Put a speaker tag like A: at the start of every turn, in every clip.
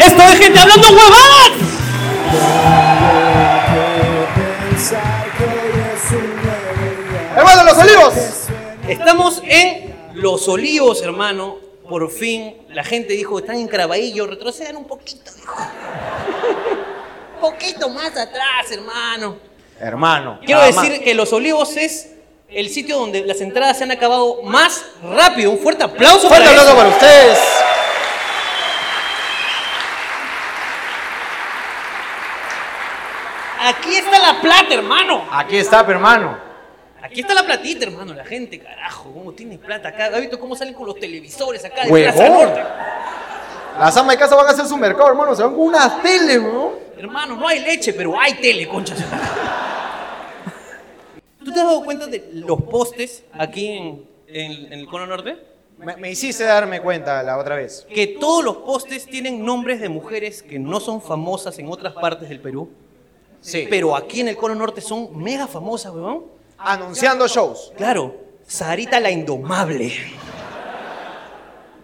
A: Esto es gente hablando huevadas.
B: Hermano, ¡Eh, los olivos.
A: Estamos en Los Olivos, hermano. Por fin, la gente dijo, están en Caraballo, retrocedan un poquito. dijo. un poquito más atrás, hermano.
B: Hermano.
A: Quiero
B: nada más.
A: decir que Los Olivos es el sitio donde las entradas se han acabado más rápido. Un fuerte aplauso
B: Fuerte
A: para
B: aplauso
A: eso.
B: para ustedes.
A: Aquí está la plata, hermano.
B: Aquí está, pe, hermano.
A: Aquí está la platita, hermano. La gente, carajo, cómo tiene plata acá. ¿Has visto cómo salen con los televisores acá de Plaza
B: Huevón.
A: Norte?
B: Las amas de casa van a hacer su mercado, hermano. Se van con unas teles, weón.
A: Hermano, no hay leche, pero hay tele, concha. ¿Tú te has dado cuenta de los postes aquí en, en- en el Cono Norte?
B: Me, me hiciste darme cuenta la otra vez.
A: Que todos los postes tienen nombres de mujeres que no son famosas en otras partes del Perú.
B: Sí.
A: Pero aquí en el Cono Norte son mega famosas, weón.
B: Anunciando shows.
A: Claro, Sarita la Indomable.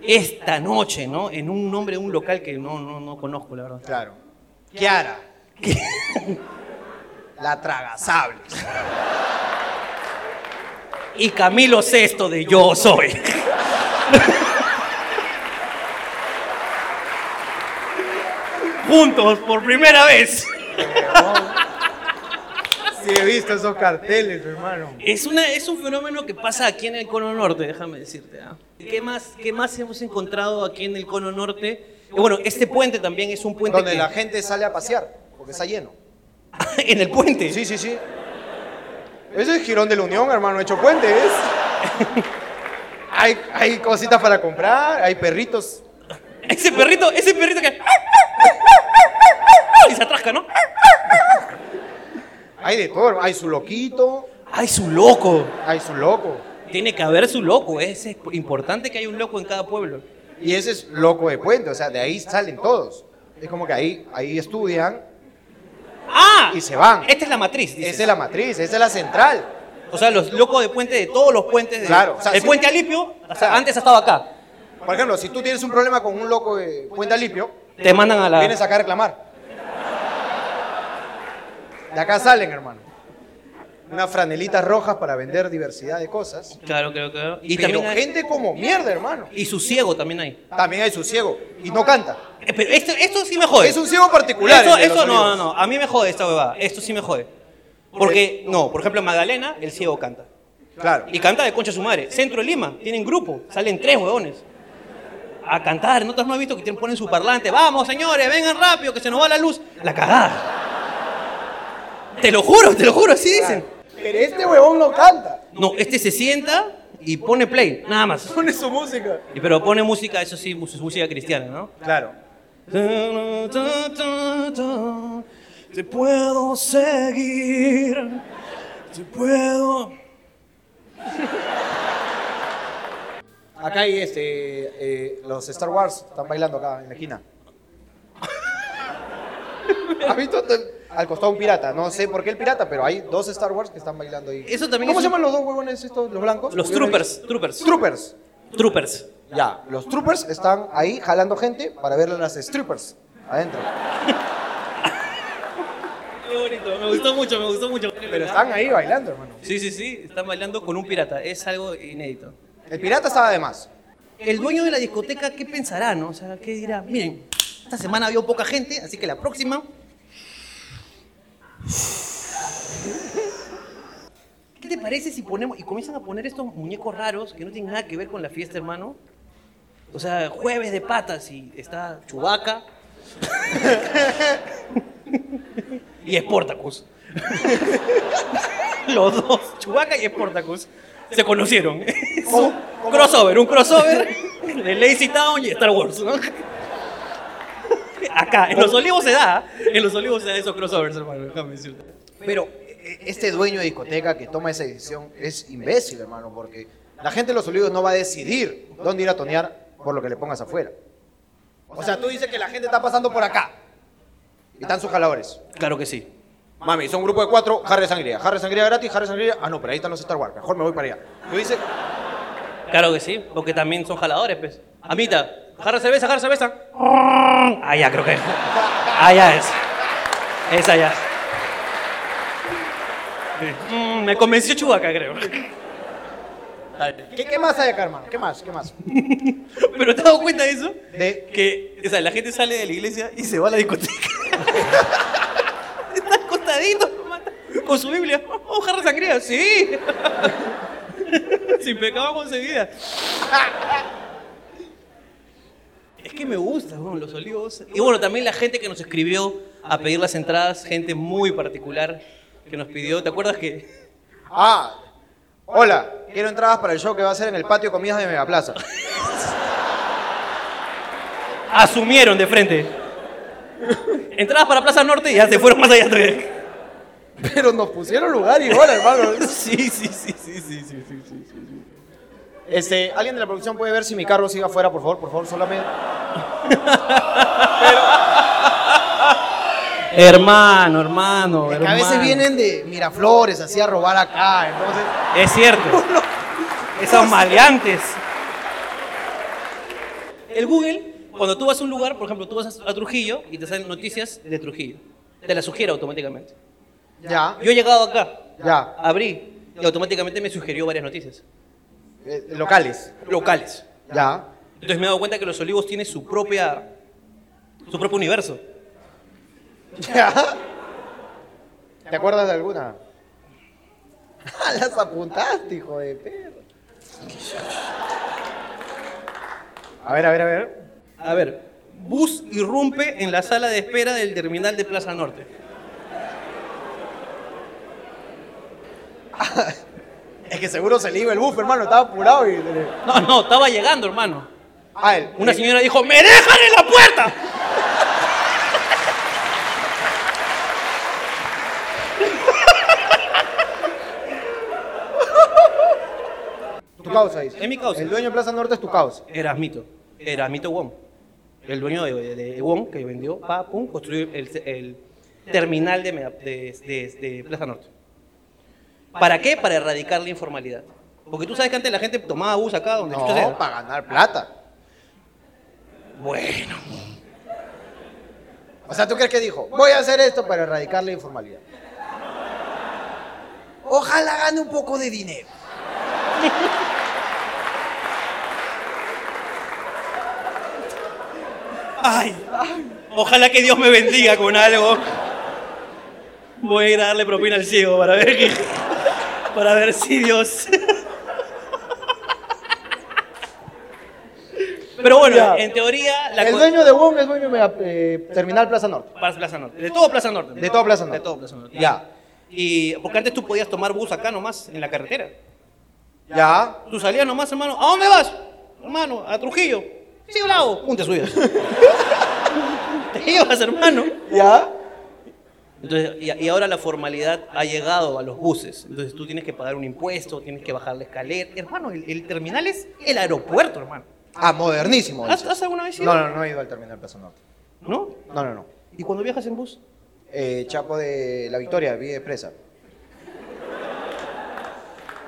A: Esta noche, ¿no? En un nombre de un local que no, no, no conozco, la verdad.
B: Claro. Kiara. La tragasable.
A: y Camilo Sexto de Yo Soy. Juntos por primera vez.
B: Sí, he visto esos carteles, pe, hermano.
A: Es, una, es un fenómeno que pasa aquí en el Cono Norte, déjame decirte. ¿ah? ¿Qué, más, ¿Qué más hemos encontrado aquí en el Cono Norte? Eh, Bueno, este puente también es un puente.
B: Donde
A: que-
B: la gente sale a pasear, porque está lleno.
A: en el puente.
B: Sí, sí, sí. Ese es Girón de la Unión, hermano, hecho puente, ¿ves? hay, hay cositas para comprar, hay perritos.
A: Ese perrito, ese perrito que. Y se atrasca, ¿no?
B: Hay de todo, hay su loquito,
A: ¡Ay, su loco!
B: hay su loco.
A: Tiene que haber su loco. ¿eh? Es es importante que haya un loco en cada pueblo.
B: Y ese es loco de puente, o sea, de ahí salen todos. Es como que ahí, ahí estudian,
A: ¡Ah!
B: Y se van.
A: Esta es la matriz. dices.
B: esa es la matriz, esa es la central.
A: O sea, los locos de puente, de todos los puentes. De,
B: Claro, o sea,
A: el
B: sí.
A: puente Alipio, o sea,
B: Claro.
A: antes ha estado acá.
B: Por ejemplo, si tú tienes un problema con un loco de puente limpio,
A: Te mandan a la.
B: vienes acá a reclamar. De acá salen, hermano. Unas franelitas rojas para vender diversidad de cosas.
A: Claro, claro, claro. Y
B: Y pero
A: también hay-
B: gente como mierda, hermano.
A: Y su ciego también hay.
B: También hay su ciego. Y no canta.
A: Eh, pero esto, esto sí me jode.
B: Es un ciego particular.
A: Eso,
B: el de los
A: eso no, no,
B: olivos.
A: no. A mí me jode esta huevada. Esto sí me jode. Porque, no, por ejemplo, en Magdalena, el ciego canta.
B: Claro.
A: Y canta de concha su madre. Centro de Lima, tienen grupo, salen tres huevones. A cantar, en otras no he visto que te ponen su parlante. Vamos, señores, vengan rápido, que se nos va la luz. La cagada. Te lo juro, te lo juro, así dicen.
B: Pero este huevón no canta.
A: No, este se sienta y pone play, nada más.
B: Pone su música.
A: Y Pero pone música, eso sí, mu- música cristiana, ¿no?
B: Claro.
A: Te puedo seguir, te puedo...
B: Acá hay este, eh, los Star Wars están bailando acá en la esquina. ¿Has visto? Al costado un pirata. No sé por qué el pirata, pero hay dos Star Wars que están bailando ahí.
A: Eso también
B: ¿Cómo
A: es
B: se
A: un-
B: llaman los dos huevones estos, los blancos?
A: Los
B: Porque yo no he
A: troopers,
B: visto.
A: troopers,
B: Troopers.
A: troopers.
B: Ya, los troopers están ahí jalando gente para ver a las strippers adentro.
A: Qué bonito, me gustó mucho, me gustó mucho.
B: Pero están ahí bailando, hermano.
A: Sí, sí, sí, están bailando con un pirata, es algo inédito.
B: El pirata estaba de más.
A: El dueño de la discoteca, ¿qué pensará, no? O sea, ¿qué dirá? Miren, esta semana vio poca gente, así que la próxima... ¿Qué te parece si ponemos... Y comienzan a poner estos muñecos raros que no tienen nada que ver con la fiesta, hermano. O sea, jueves de patas y está Chubaca. y Sportacus. Los dos, Chubaca y Sportacus, se conocieron. Es un crossover, un crossover de Lazy Town y Star Wars, ¿no? Acá, en los olivos se da, en los olivos se da esos crossovers, hermano, déjame decirte.
B: Pero eh, este dueño de discoteca que toma esa decisión es imbécil, hermano, porque la gente de los olivos no va a decidir dónde ir a tonear por lo que le pongas afuera. O sea, tú dices que la gente está pasando por acá. Y están sus jaladores.
A: Claro que sí.
B: Mami, son un grupo de cuatro, Harry Sangría. Harry Sangría gratis, Harry Sangría. Ah, no, pero ahí están los Star Wars. Mejor me voy para allá. Tú dices,
A: Claro que sí, porque también son jaladores, pues. Amita, jarra de cerveza, jarra de cerveza. Ah, ya, creo que. Ah, ya es. Esa ya. Mm, me convenció Chubaca, creo.
C: ¿Qué, qué más hay acá, hermano? ¿Qué más? ¿Qué más?
A: Pero ¿te has dado cuenta de eso?
B: De-
A: que o sea, la gente sale de la iglesia y se va a la discoteca. Está acostadito mata, con su Biblia. Oh, jarra de sangría, sí. Sin pecado concebida. Es que me gusta, bueno, los olivos. Y bueno, también la gente que nos escribió a pedir las entradas, gente muy particular que nos pidió. ¿Te acuerdas que
B: ah, hola, quiero entradas para el show que va a ser en el patio de comidas de Megaplaza.
A: asumieron de frente? Entradas para Plaza Norte y ya se fueron más allá. todavía.
B: Pero nos pusieron lugar igual, hermano.
A: Sí, sí, sí, sí, sí, sí, sí, sí, sí.
B: Este, alguien de la producción puede ver si mi carro sigue afuera, por favor, por favor, solamente.
A: Hermano, hermano,
B: Que a veces
A: hermano.
B: vienen de Miraflores, así a robar acá, entonces.
A: Es cierto. Esos maleantes. El Google, cuando tú vas a un lugar, por ejemplo, tú vas a Trujillo y te salen noticias de Trujillo. Te las sugiere automáticamente.
B: Ya,
A: Yo he llegado acá,
B: ya.
A: abrí y automáticamente me sugirió varias noticias
B: Eh, locales.
A: locales.
B: Ya.
A: Entonces me he dado cuenta que Los Olivos tiene su propia su propio universo.
B: Ya. ¿Te acuerdas de alguna? Ah, Las apuntaste, hijo de perro. A ver, a ver, a ver.
A: A ver, bus irrumpe en la sala de espera del terminal de Plaza Norte.
B: Es que seguro se le iba el bus, hermano, estaba apurado y.
A: No, no, estaba llegando, hermano.
B: Ah, el-
A: Una señora dijo, ¡me dejan en la puerta!
B: tu causa, dice.
A: Es mi causa.
B: El dueño de Plaza Norte es tu causa.
A: Erasmito, Erasmito Wong. El dueño de, de- de Wong, que vendió, pa, pum, construyó el, el terminal de, Mega- de- de- de Plaza Norte. ¿Para qué? Para erradicar la informalidad. Porque tú sabes que antes la gente tomaba bus acá donde chucha sea.
B: No, para ganar plata.
A: Bueno,
B: O sea, ¿tú crees que dijo? Voy a hacer esto para erradicar la informalidad. Ojalá gane un poco de dinero.
A: ay, ojalá que Dios me bendiga con algo. Voy a ir a darle propina al ciego para ver que- para ver si Dios. Pero bueno,
B: Ya.
A: en teoría la
B: El
A: co-
B: dueño de Wong es dueño de Mega- eh, Terminal Plaza Norte.
A: Para Plaza Norte. De todo Plaza Norte.
B: De todo Plaza Norte.
A: De todo Plaza Norte.
B: Ya.
A: Y porque antes tú podías tomar bus acá nomás, en la carretera.
B: Ya.
A: Tú salías nomás, hermano. ¿A dónde vas? Hermano, a Trujillo. Sí, bravo. Punta suya. Te ibas, hermano.
B: ¿Ya?
A: Entonces, y, y ahora la formalidad ha llegado a los buses. Entonces tú tienes que pagar un impuesto, tienes que bajar la escalera. Hermano, el, el terminal es el aeropuerto, hermano.
B: Ah, modernísimo.
A: ¿Has,
B: dices.
A: has alguna vez ido?
B: No, no, no he ido al terminal Plaza Norte.
A: ¿No?
B: No, no, no.
A: ¿Y cuando viajas en bus?
B: Eh, Chapo de La Victoria, Vía Expresa.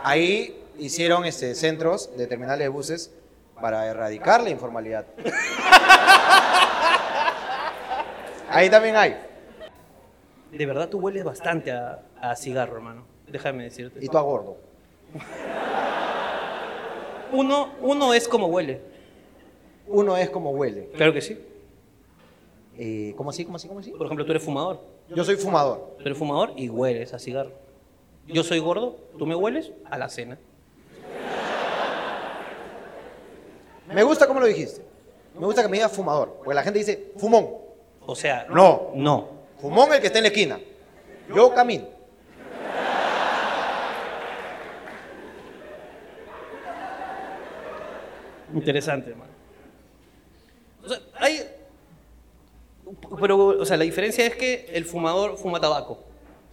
B: Ahí hicieron este, centros de terminales de buses para erradicar la informalidad. Ahí también hay.
A: De verdad tú hueles bastante a, a cigarro, hermano. Déjame decirte.
B: Y tú a gordo.
A: Uno, uno es como huele.
B: Uno es como huele.
A: Claro que sí.
B: Eh, ¿Cómo así? ¿Cómo así? ¿Cómo así?
A: Por ejemplo, tú eres fumador.
B: Yo soy fumador.
A: Tú eres fumador y hueles a cigarro. Yo soy gordo, tú me hueles a la cena.
B: Me gusta cómo lo dijiste. Me gusta que me digas fumador. Porque la gente dice fumón.
A: O sea,
B: No.
A: No.
B: Fumón el que está en la esquina. Yo camino.
A: Interesante, hermano. O sea, hay... Pero, o sea, la diferencia es que el fumador fuma tabaco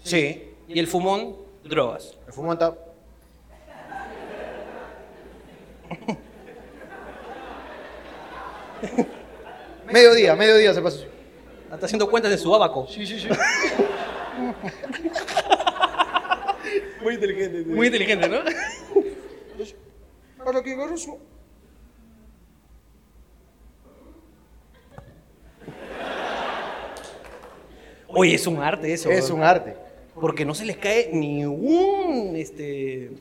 B: Sí.
A: y el fumón, drogas.
B: El fumón está. mediodía, mediodía se pasó.
A: Está haciendo cuentas de su abaco.
B: Sí, sí, sí. Muy inteligente.
A: Muy inteligente, ¿no?
C: Para que agarre su...
A: Oye, es un arte eso.
B: Es
A: weón.
B: un arte.
A: Porque no se les cae ni un, este,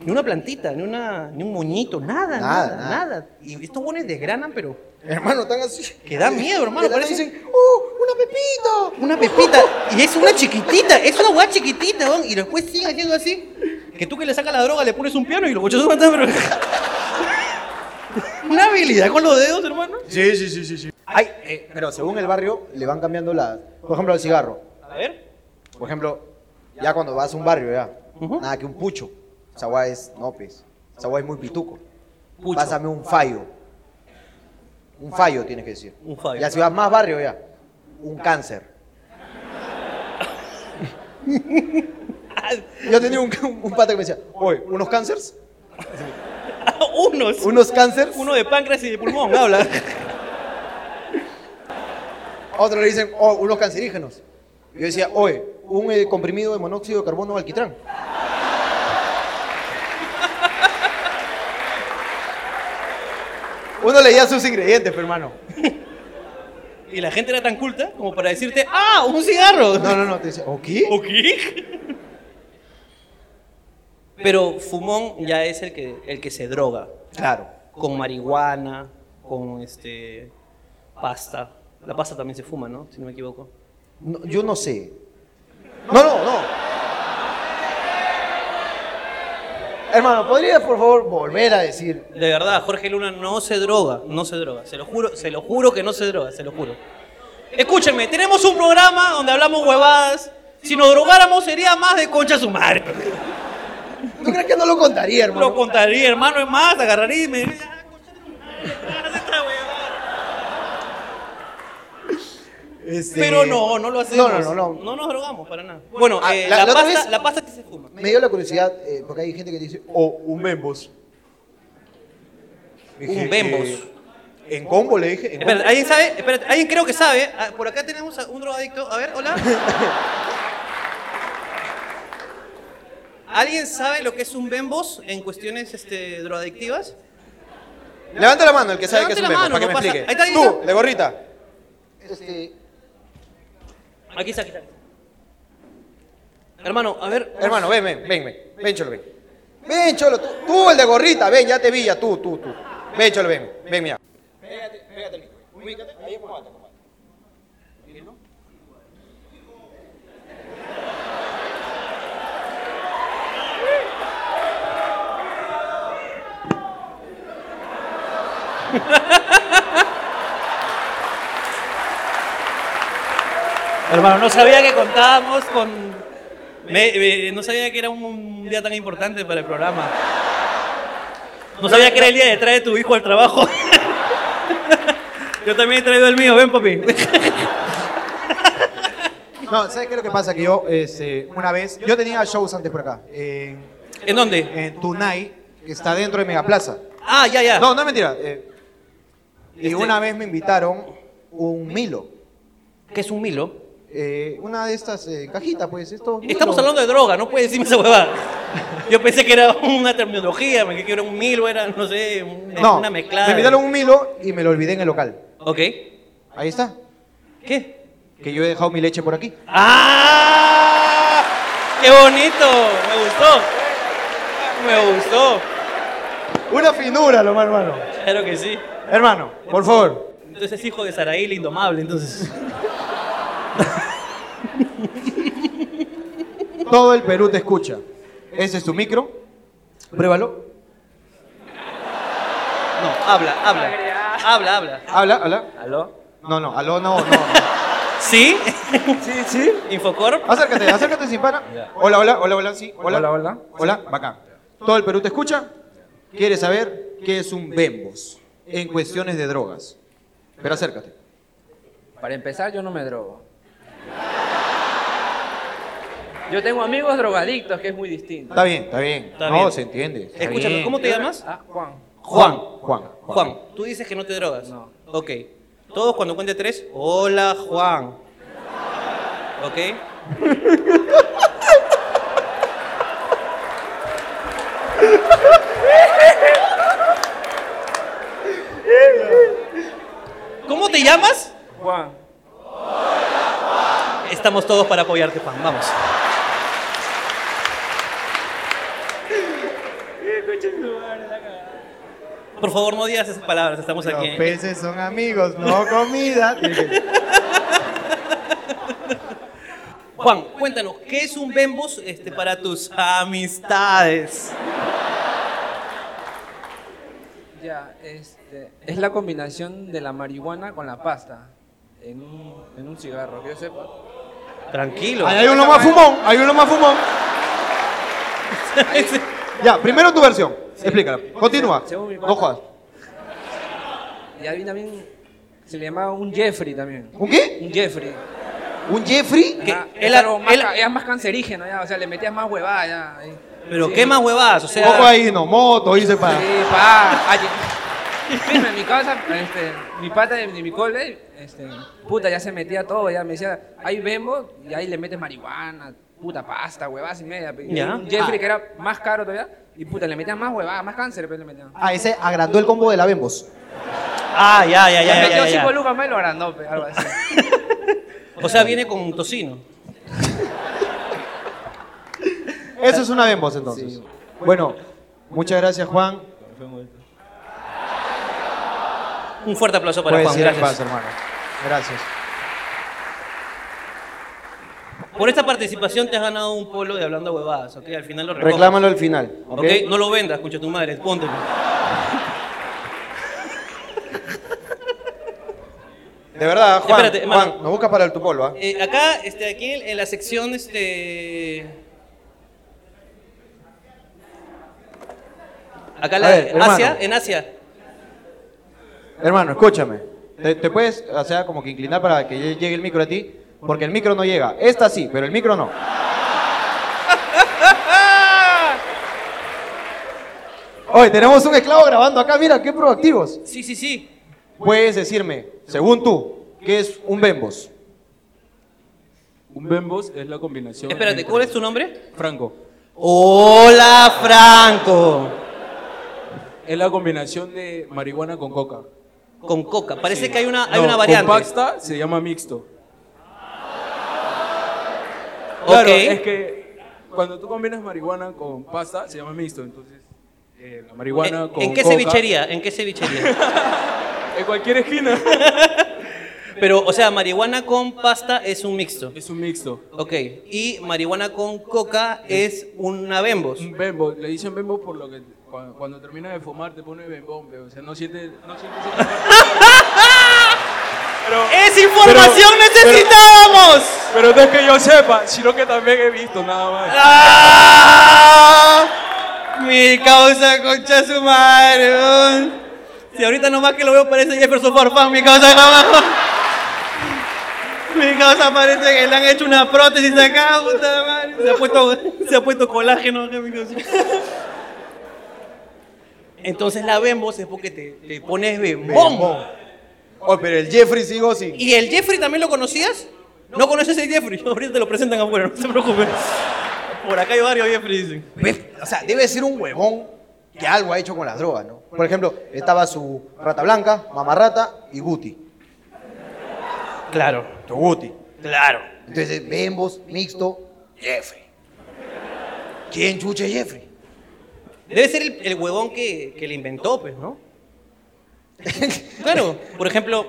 A: ni una plantita, ni, una, ni un moñito, nada, nada,
B: Nada,
A: nada.
B: nada.
A: Y estos buenos desgranan, pero
B: Hermano, están así.
A: que da miedo,
B: De
A: hermano.
B: la nada
A: Parece
B: dicen, ¡Uh! ¡Una pepita!
A: una pepita. Y es una chiquitita, es una weá chiquitita, weón. Y después siguen haciendo así. Que tú que le sacas la droga le pones un piano y los coches matan, pero... una habilidad con los dedos, hermano.
B: Sí, sí, sí, sí. sí. Ay, eh, pero según el barrio, le van cambiando la. Por ejemplo, al cigarro.
A: A ver.
B: Por ejemplo, ya cuando vas a un barrio, ya.
A: Ujú.
B: Nada que un pucho. Esa guay es no, pues. Esa guay es muy pituco.
A: Pucho.
B: Pásame un fallo. Un fallo tienes que decir.
A: Un fallo.
B: Ya si vas más barrio, ya. Un cáncer. Yo tenía un, un pata que me decía, oye, ¿unos cáncers?
A: Unos.
B: ¿Unos cáncers?
A: Uno de páncreas y de pulmón, habla.
B: A otro le dicen, oh, unos cancerígenos. Yo decía, oye, un eh, comprimido de monóxido de carbono de alquitrán. Uno leía sus ingredientes, pero hermano.
A: Y la gente era tan culta como para decirte, ¡ah, un cigarro!
B: No, no, no, te decía, ¿o qué?
A: ¿O qué? Pero fumón ya es el que, el que se droga.
B: Claro.
A: Con marihuana, con este pasta. La pasta también se fuma, ¿no? Si no me equivoco.
B: No, yo no sé. No, no, no. Hermano, ¿podrías por favor volver a decir?
A: De verdad, Jorge Luna no se droga, no se droga. Se lo juro, se lo juro que no se droga, se lo juro. Escúchenme, tenemos un programa donde hablamos huevadas. Si nos drogáramos sería más de concha a su madre.
B: ¿Tú crees que no lo contaría,
A: Lo
B: hermano?
A: contaría, hermano, es más, agarraría y me diría, "Ah, concha de tu madre, haz esta huevada".
B: Este,
A: Pero no, no lo hacemos.
B: No, no, no. no.
A: No nos drogamos para nada. Bueno,
B: Ah,
A: eh, la,
B: la- la otra
A: pasta,
B: vez-
A: la pasta que se fuma.
B: Me dio la curiosidad, eh, porque hay gente que dice, o un bembos. Dije,
A: Un bembos.
B: eh, en Congo le dije. en
A: Espérate, ¿alguien sabe? Espérate, alguien creo que sabe. Ah, Por acá tenemos a un drogadicto. A ver, hola. ¿Alguien sabe lo que es un bembos en cuestiones este, drogadictivas?
B: Congo. Levanta la mano el que sabe que es
A: Levante
B: un
A: la
B: bembos,
A: mano,
B: para que
A: no
B: me
A: pasa.
B: explique.
A: Ahí está, ahí
B: Tú,
A: está.
B: de gorrita.
C: Este...
A: Aquí está, aquí está. Hermano, a ver.
B: Hermano, ven, ven, ven, ven. Ven, Cholo, ven. Ven, Cholo, tú, tú el de gorrita, ven, ya te vi, ya tú, tú, tú. Ven, Cholo, ven, ven, mira.
C: Pégate, pégate el micro. Ubícate, ahí acomódate, acomódate.
A: Hermano, no sabía que contábamos con. Me- me- no sabía que era un, un día tan importante para el programa. No sabía que era el día de traer tu hijo al trabajo. Yo también he traído el mío, ven papi.
B: No, ¿sabes qué es lo que pasa? Que yo, este, una vez, yo tenía shows antes por acá, en,
A: ¿En dónde?
B: en Tunay, que está dentro de Megaplaza.
A: Ah, ya, ya.
B: No, no es mentira. eh, y
A: Este-
B: una vez me invitaron un Milo,
A: ¿Qué es un milo?
B: eh, una de estas eh, cajitas, pues, esto.
A: Estamos hablando de droga, no puedes decirme esa huevada. Yo pensé que era una terminología, me- que era un milo, era, no sé, un-
B: No,
A: una mezclada.
B: me invitaron un Milo y me lo olvidé en el local.
A: Ok.
B: Ahí está,
A: ¿Qué?
B: que yo he dejado mi leche por aquí.
A: ¡Ah! ¡Qué bonito! Me gustó. Me gustó.
B: Una finura, lo más hermano.
A: Claro que sí.
B: Hermano, por favor.
A: Entonces es hijo de Saraí, la indomable, entonces.
B: Todo el Perú te escucha. Ese es tu micro. Pruébalo.
A: No, habla, habla. Habla, habla.
B: Habla, habla.
A: ¿Aló?
B: No, no, aló, no, no.
A: ¿Sí?
B: Sí, sí.
A: ¿Infocorp?
B: Acércate, acércate sin para. Hola, hola, hola, hola, sí. Hola, hola. Hola, bacán. Todo el Perú te escucha. Quiere saber qué es un bembos en cuestiones de drogas. Pero acércate.
D: Para empezar, yo no me drogo. Yo tengo amigos drogadictos, que es muy distinto.
B: Está bien, está bien.
A: Está
B: no,
A: bien.
B: se entiende. Está
A: Escúchame,
B: bien.
A: ¿cómo te llamas?
D: Ah, Eh, Juan.
B: Juan, Juan, Juan.
A: Juan, tú dices que no te drogas.
D: No.
A: Ok. Todos cuando cuente tres, hola Juan. Ok. ¿Cómo te llamas?
D: Juan.
A: Estamos todos para apoyarte, Juan. Vamos. Por favor, no digas esas palabras. Estamos aquí.
B: Los peces son amigos, no comida.
A: Juan, cuéntanos, ¿qué es un Bembos este, para tus amistades?
D: Ya, este, es la combinación de la marihuana con la pasta en un, en un cigarro, que yo sepa.
A: Tranquilo.
B: Ahí hay uno más fumón, hay uno más fumón. Ya, primero tu versión. Explícala. Continúa.
D: Según mi
B: No
D: pata.
B: jodas.
D: Y había también, se le llamaba un Jeffrey también.
B: ¿Un qué?
D: Un Jeffrey.
B: ¿Un Jeffrey?
A: Que
D: Ajá,
A: él
D: es
A: ha-
D: algo más
A: él-
D: ca- era más cancerígeno, ya, o sea, le metías más huevada. Ya, ahí.
A: Pero
D: Sí.
A: qué más huevadas, o
B: Un poco
A: sea,
B: ahí, no, moto, dice para.
D: Sí, pa. Ay, firme, en mi casa, este, mi pata de, de mi cole, este, puta, ya se metía todo, ya me decía, ahí vemos, y ahí le metes marihuana, puta pasta, huevadas y media. pe.
A: Ya.
D: Un Jeffrey
B: Ah.
D: que era más caro todavía, y puta, le metían más huevadas, más cáncer, pero le metían.
B: Ah, ese agrandó el combo de la Bembos.
A: ah, ya, ya,
D: Le
A: ya, ya,
D: metió
A: ya, ya.
D: cinco lucas más y lo agrandó, pe, algo así.
A: O sea, viene con tocino.
B: Eso es una Bembos entonces. Bueno, muchas gracias Juan.
A: Un fuerte aplauso para
B: Puedes
A: Juan,
B: ir en
A: gracias.
B: paz, hermano. Gracias.
A: Por esta participación te has ganado un polo de hablando huevadas, ¿ok? Al final lo recoges.
B: Reclámalo al final, ¿ok?
A: ¿ok? No lo vendas, escucha tu madre, póntelo.
B: De verdad, Juan,
A: Espérate, hermano.
B: Juan, nos busca para el tu polvo, ¿ah?
A: Eh, acá, este, aquí en, en la sección, este... Acá la,
B: A ver, hermano.
A: Asia, en Asia.
B: Hermano, escúchame. Te, te puedes, o sea, como que inclinar para que lle- llegue el micro a ti, porque el micro no llega. Esta sí, pero el micro no. Oye, tenemos un esclavo grabando acá, mira, qué proactivos.
A: Sí, sí, sí.
B: Puedes decirme, según tú, ¿qué es un Bembos?
E: Un Bembos es la combinación.
A: Espérate,
E: entre-
A: ¿cuál es tu nombre?
E: Franco.
A: Hola, Franco.
E: Es la combinación de marihuana con coca.
A: Con coca. Parece que hay una, hay
E: No,
A: una variante.
E: Con pasta se llama mixto.
A: Ok.
E: Claro, es que cuando tú combinas marihuana con pasta se llama mixto, entonces eh, la marihuana
A: ¿En,
E: con
A: en qué
E: coca-
A: cevichería? ¿En qué cevichería?
E: En cualquier esquina.
A: Pero, o sea, marihuana con pasta es un mixto.
E: es un mixto.
A: Ok. Y marihuana con coca es un bembos.
E: Un bembo, le dicen bembo por lo que cuando, cuando terminas de fumar te pone bembón, pero, o sea, no sientes no sientes
A: ¡Es información necesitábamos!
E: Pero no es que yo sepa, sino que también he visto nada más.
A: ¡Ah! Mi causa concha su madre. weón. Si ahorita nomás que lo veo parece Jefferson Farfán, mi causa jamás. Mi causa parece que le han hecho una prótesis acá, puta madre. Se ha puesto, se ha puesto colágeno acá, mi causa. Entonces la vemos es porque te, te pones bombón.
B: Oh, pero el Jeffrey sigo sin.
A: ¿Y el Jeffrey también lo conocías? No conoces el Jeffrey. Ahorita te lo presentan afuera, no se preocupes. Por acá hay varios Jeffrey, dicen.
B: Ve, O sea, debe ser un huevón que algo ha hecho con las drogas, ¿no? Por ejemplo, estaba su rata blanca, mamarrata y Guti.
A: Claro,
B: Tu Guti.
A: claro.
B: Entonces, Bembos, mixto, Jeffrey. ¿Quién chucha es Jeffrey?
A: Debe ser el, el huevón que, que le inventó, pues, ¿no? claro, por ejemplo,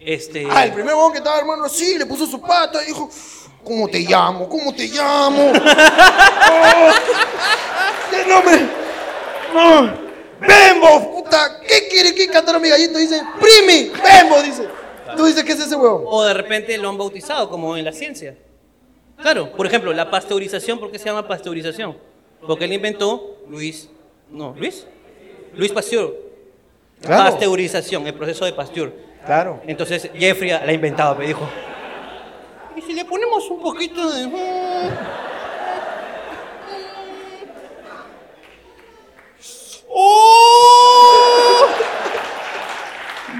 A: este.
B: Ah, el primer huevón que estaba, hermano, sí, le puso su pata y dijo, ¿cómo te llamo? ¿Cómo te llamo? Oh, ¡Qué nombre! No. ¡Bembos! Puta, ¿qué quiere que cantaron mi gallito? Dice, ¡Primi! ¡Bembos! Dice. Tú dices, ¿qué es ese huevón?
A: O de repente lo han bautizado, como en la ciencia. Claro, por ejemplo, la pasteurización, ¿por qué se llama pasteurización? Porque él inventó Luis. No, ¿Luis? Luis Pasteur.
B: Claro.
A: Pasteurización, el proceso de Pasteur.
B: Claro.
A: Entonces Jeffrey la ha inventado, me dijo. Y si le ponemos un poquito de. ¡Oh!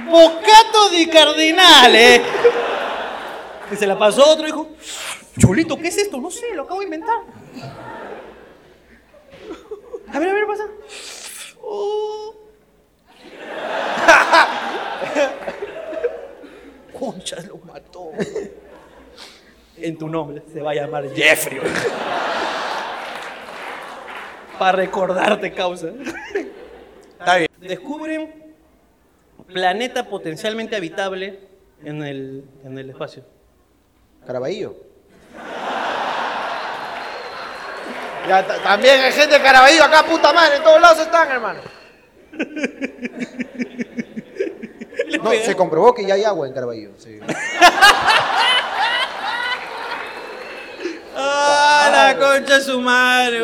A: Bocato di Cardinale. Y se la pasó a otro y dijo: Chulito, ¿qué es esto? No sé, lo acabo de inventar. A ver, Oh. a ver, en tu nombre se va a llamar Jeffrey. Para recordarte, causa.
E: Está bien.
A: Descubren planeta potencialmente habitable en el, en el espacio.
B: Caraballo. Ya, ta- también hay gente de Caraballo acá, puta madre. En todos lados están, hermano. No, se comprobó que ya hay agua en Caraballo. sí.
A: ¡Ah, la concha de su madre!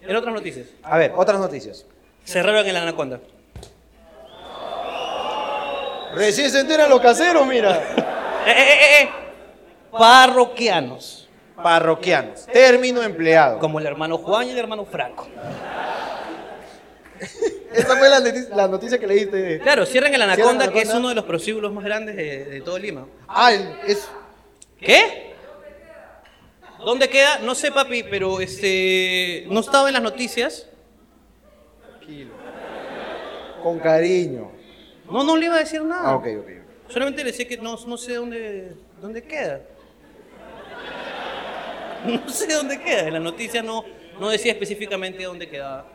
A: En otras noticias,
B: A ver, otras noticias.
A: cerraron el Anaconda.
B: Recién se enteran los caseros, mira.
A: ¡Eh, eh, eh, eh! Parroquianos,
B: Parroquianos. Término empleado.
A: como el hermano Juan y el hermano Franco.
B: Esa fue la noticia, la noticia que leíste.
A: Claro, cierran el Anaconda,
B: Cierran el
A: que es
B: Anaconda.
A: uno de los prosíbulos más grandes de, de todo Lima.
B: Ah, el- es.
A: ¿Qué? ¿Dónde queda? No sé, papi, pero este no estaba en las noticias.
B: Con cariño.
A: No, no le iba a decir nada.
B: Ah, ok, ok.
A: Solamente le decía que no, no sé dónde, dónde queda. No sé dónde queda. En la noticia no, no decía específicamente dónde quedaba.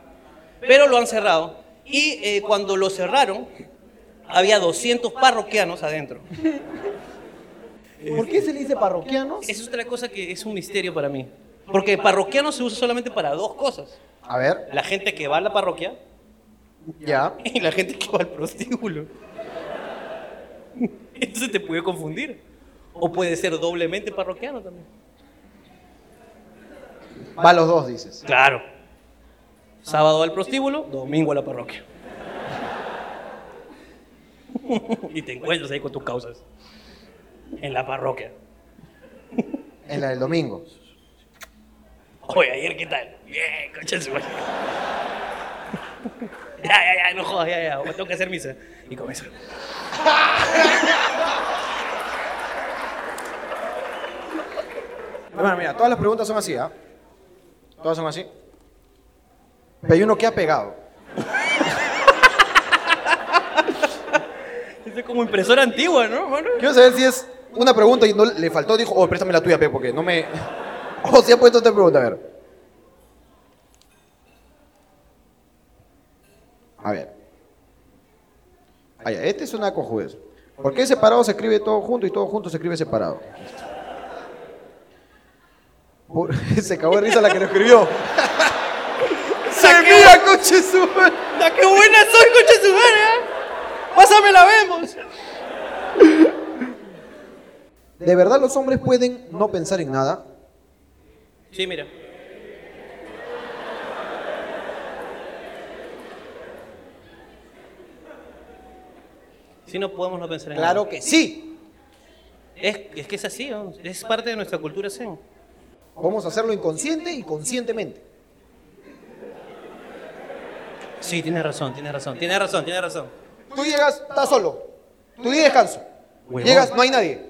A: Pero lo han cerrado. Y eh, cuando lo cerraron, había 200 parroquianos adentro.
B: ¿Por qué se le dice parroquianos?
A: Esa es otra cosa que es un misterio para mí. Porque parroquiano se usa solamente para dos cosas.
B: A ver,
A: La gente que va a la parroquia
B: ya.
A: y la gente que va al prostíbulo. Entonces te puede confundir. O puede ser doblemente parroquiano también.
B: Va a los dos, dices.
A: Claro. Sábado al prostíbulo, domingo a la parroquia. y te encuentras ahí con tus causas. En la parroquia.
B: En la del domingo.
A: Oye, ayer qué tal. Bien, concha de su madre. Ya, ya, ya, no jodas, ya, ya. Me tengo que hacer misa. Y comienza.
B: Hermano, mira, todas las preguntas son así, ¿ah? Todas son así. Pero hay uno que ha pegado.
A: Esto es como impresora antigua, ¿no, hermano?
B: Quiero saber si es una pregunta y no le faltó, dijo, oh, préstame la tuya, Pe, porque no me. O pues, si ha puesto esta pregunta, a ver. A ver. Ah, ya, esta es una cojudez. ¿Por qué separado se escribe todo junto y todo junto se escribe separado? Por- Se cagó de risa la que lo escribió. ¡Se mira, coche su madre!
A: ¡Ah, ¡Qué buena soy, concha de su madre! ¿eh? ¡Pásame la vemos!
B: ¿De verdad los hombres pueden no pensar en nada?
A: Sí, mira. Si no podemos no pensar en
B: Claro
A: nada.
B: que sí.
A: Es, es que es así, ¿no? es parte de nuestra cultura zen.
B: Vamos a hacerlo inconsciente y conscientemente.
A: Sí, tienes razón, tienes razón, tienes razón, tienes razón.
B: Tú llegas, estás solo. Tu día de descanso. Llegas, no hay nadie.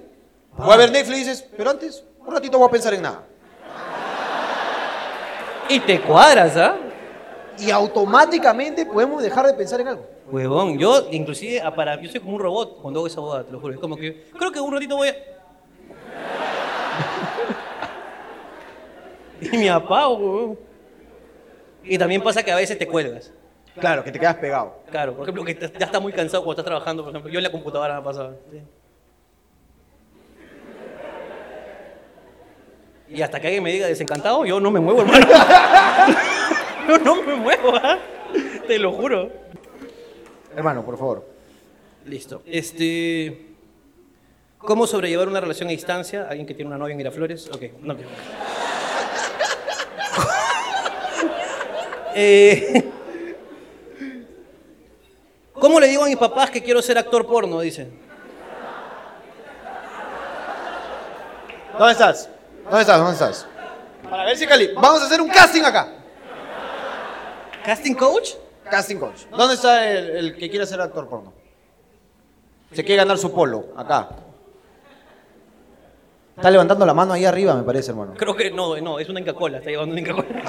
B: Voy a ver Netflix y dices, pero antes, un ratito voy a pensar en nada.
A: Y te cuadras, ¿ah?
B: Y automáticamente podemos dejar de pensar en algo.
A: Huevón, yo inclusive ah, para yo soy como un robot cuando hago esa boda, te lo juro. Es como que creo que un ratito voy a. y me apago, huevón. Y también pasa que a veces te cuelgas.
B: Claro, que te quedas pegado.
A: Claro, por ejemplo, que te- ya estás muy cansado cuando estás trabajando, por ejemplo. Yo en la computadora me ha pasado. sí. Y hasta que alguien me diga desencantado, yo no me muevo, hermano. yo no me muevo, ¿ah? te lo juro.
B: Hermano, por favor.
A: Listo. Este. ¿Cómo sobrellevar una relación a distancia? ¿Alguien que tiene una novia en Miraflores? Ok, no quiero. Eh, ¿Cómo le digo a mis papás que quiero ser actor porno? Dicen.
B: ¿Dónde estás? ¿Dónde estás? ¿Dónde estás?
C: Para ver si cali.
B: Vamos a hacer un casting acá.
A: ¿Casting coach?
B: Casting coach. ¿Dónde está el, el que quiere ser actor porno? Se quiere ganar su polo, acá. Está levantando la mano ahí arriba, me parece, hermano.
A: Creo que no, no, es una Inca Cola, está llevando una Inca Cola.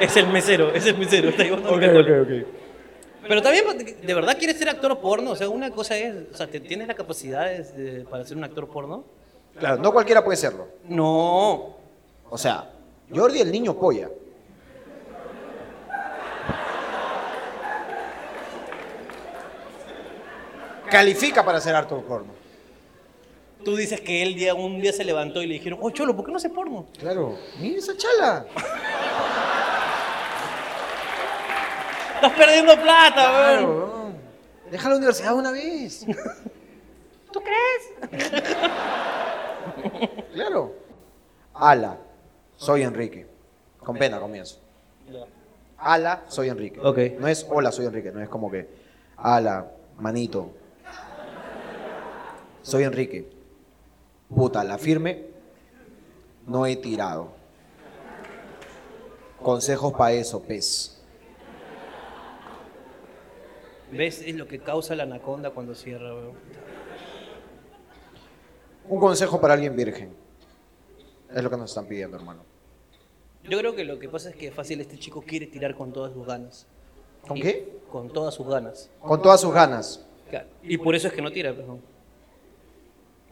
A: es el mesero, es el mesero, está llevando una Inca Kola. Pero también, pues, ¿de verdad quieres ser actor porno? O sea, una cosa es, o sea, ¿te- ¿tienes la capacidad de- de- para ser un actor porno?
C: Claro, no cualquiera puede serlo.
A: No.
C: O sea, Jordi el niño polla. Califica para ser harto porno.
A: Tú dices que él día, un día se levantó y le dijeron, oh, Cholo, ¿por qué no hace porno?
C: Claro, mira esa chala.
A: Estás perdiendo plata, weón.
C: Claro, deja la universidad una vez. ¿Tú crees? claro. Ala, soy Enrique. Con pena comienzo. Ala, soy Enrique.
A: Ok.
C: No es hola, soy Enrique. No es como que ala, manito. Soy Enrique. Puta, la firme. No he tirado. Consejos para eso, pez.
A: ¿Ves? Es lo que causa la anaconda cuando cierra, weón.
C: Un consejo para alguien virgen. Es lo que nos están pidiendo, hermano.
A: Yo creo que lo que pasa es que fácil este chico quiere tirar con todas sus ganas.
C: ¿Con
A: Y-
C: qué?
A: Con todas sus ganas.
C: Con todas sus ganas.
A: Claro. Y por eso es que no tira, perdón.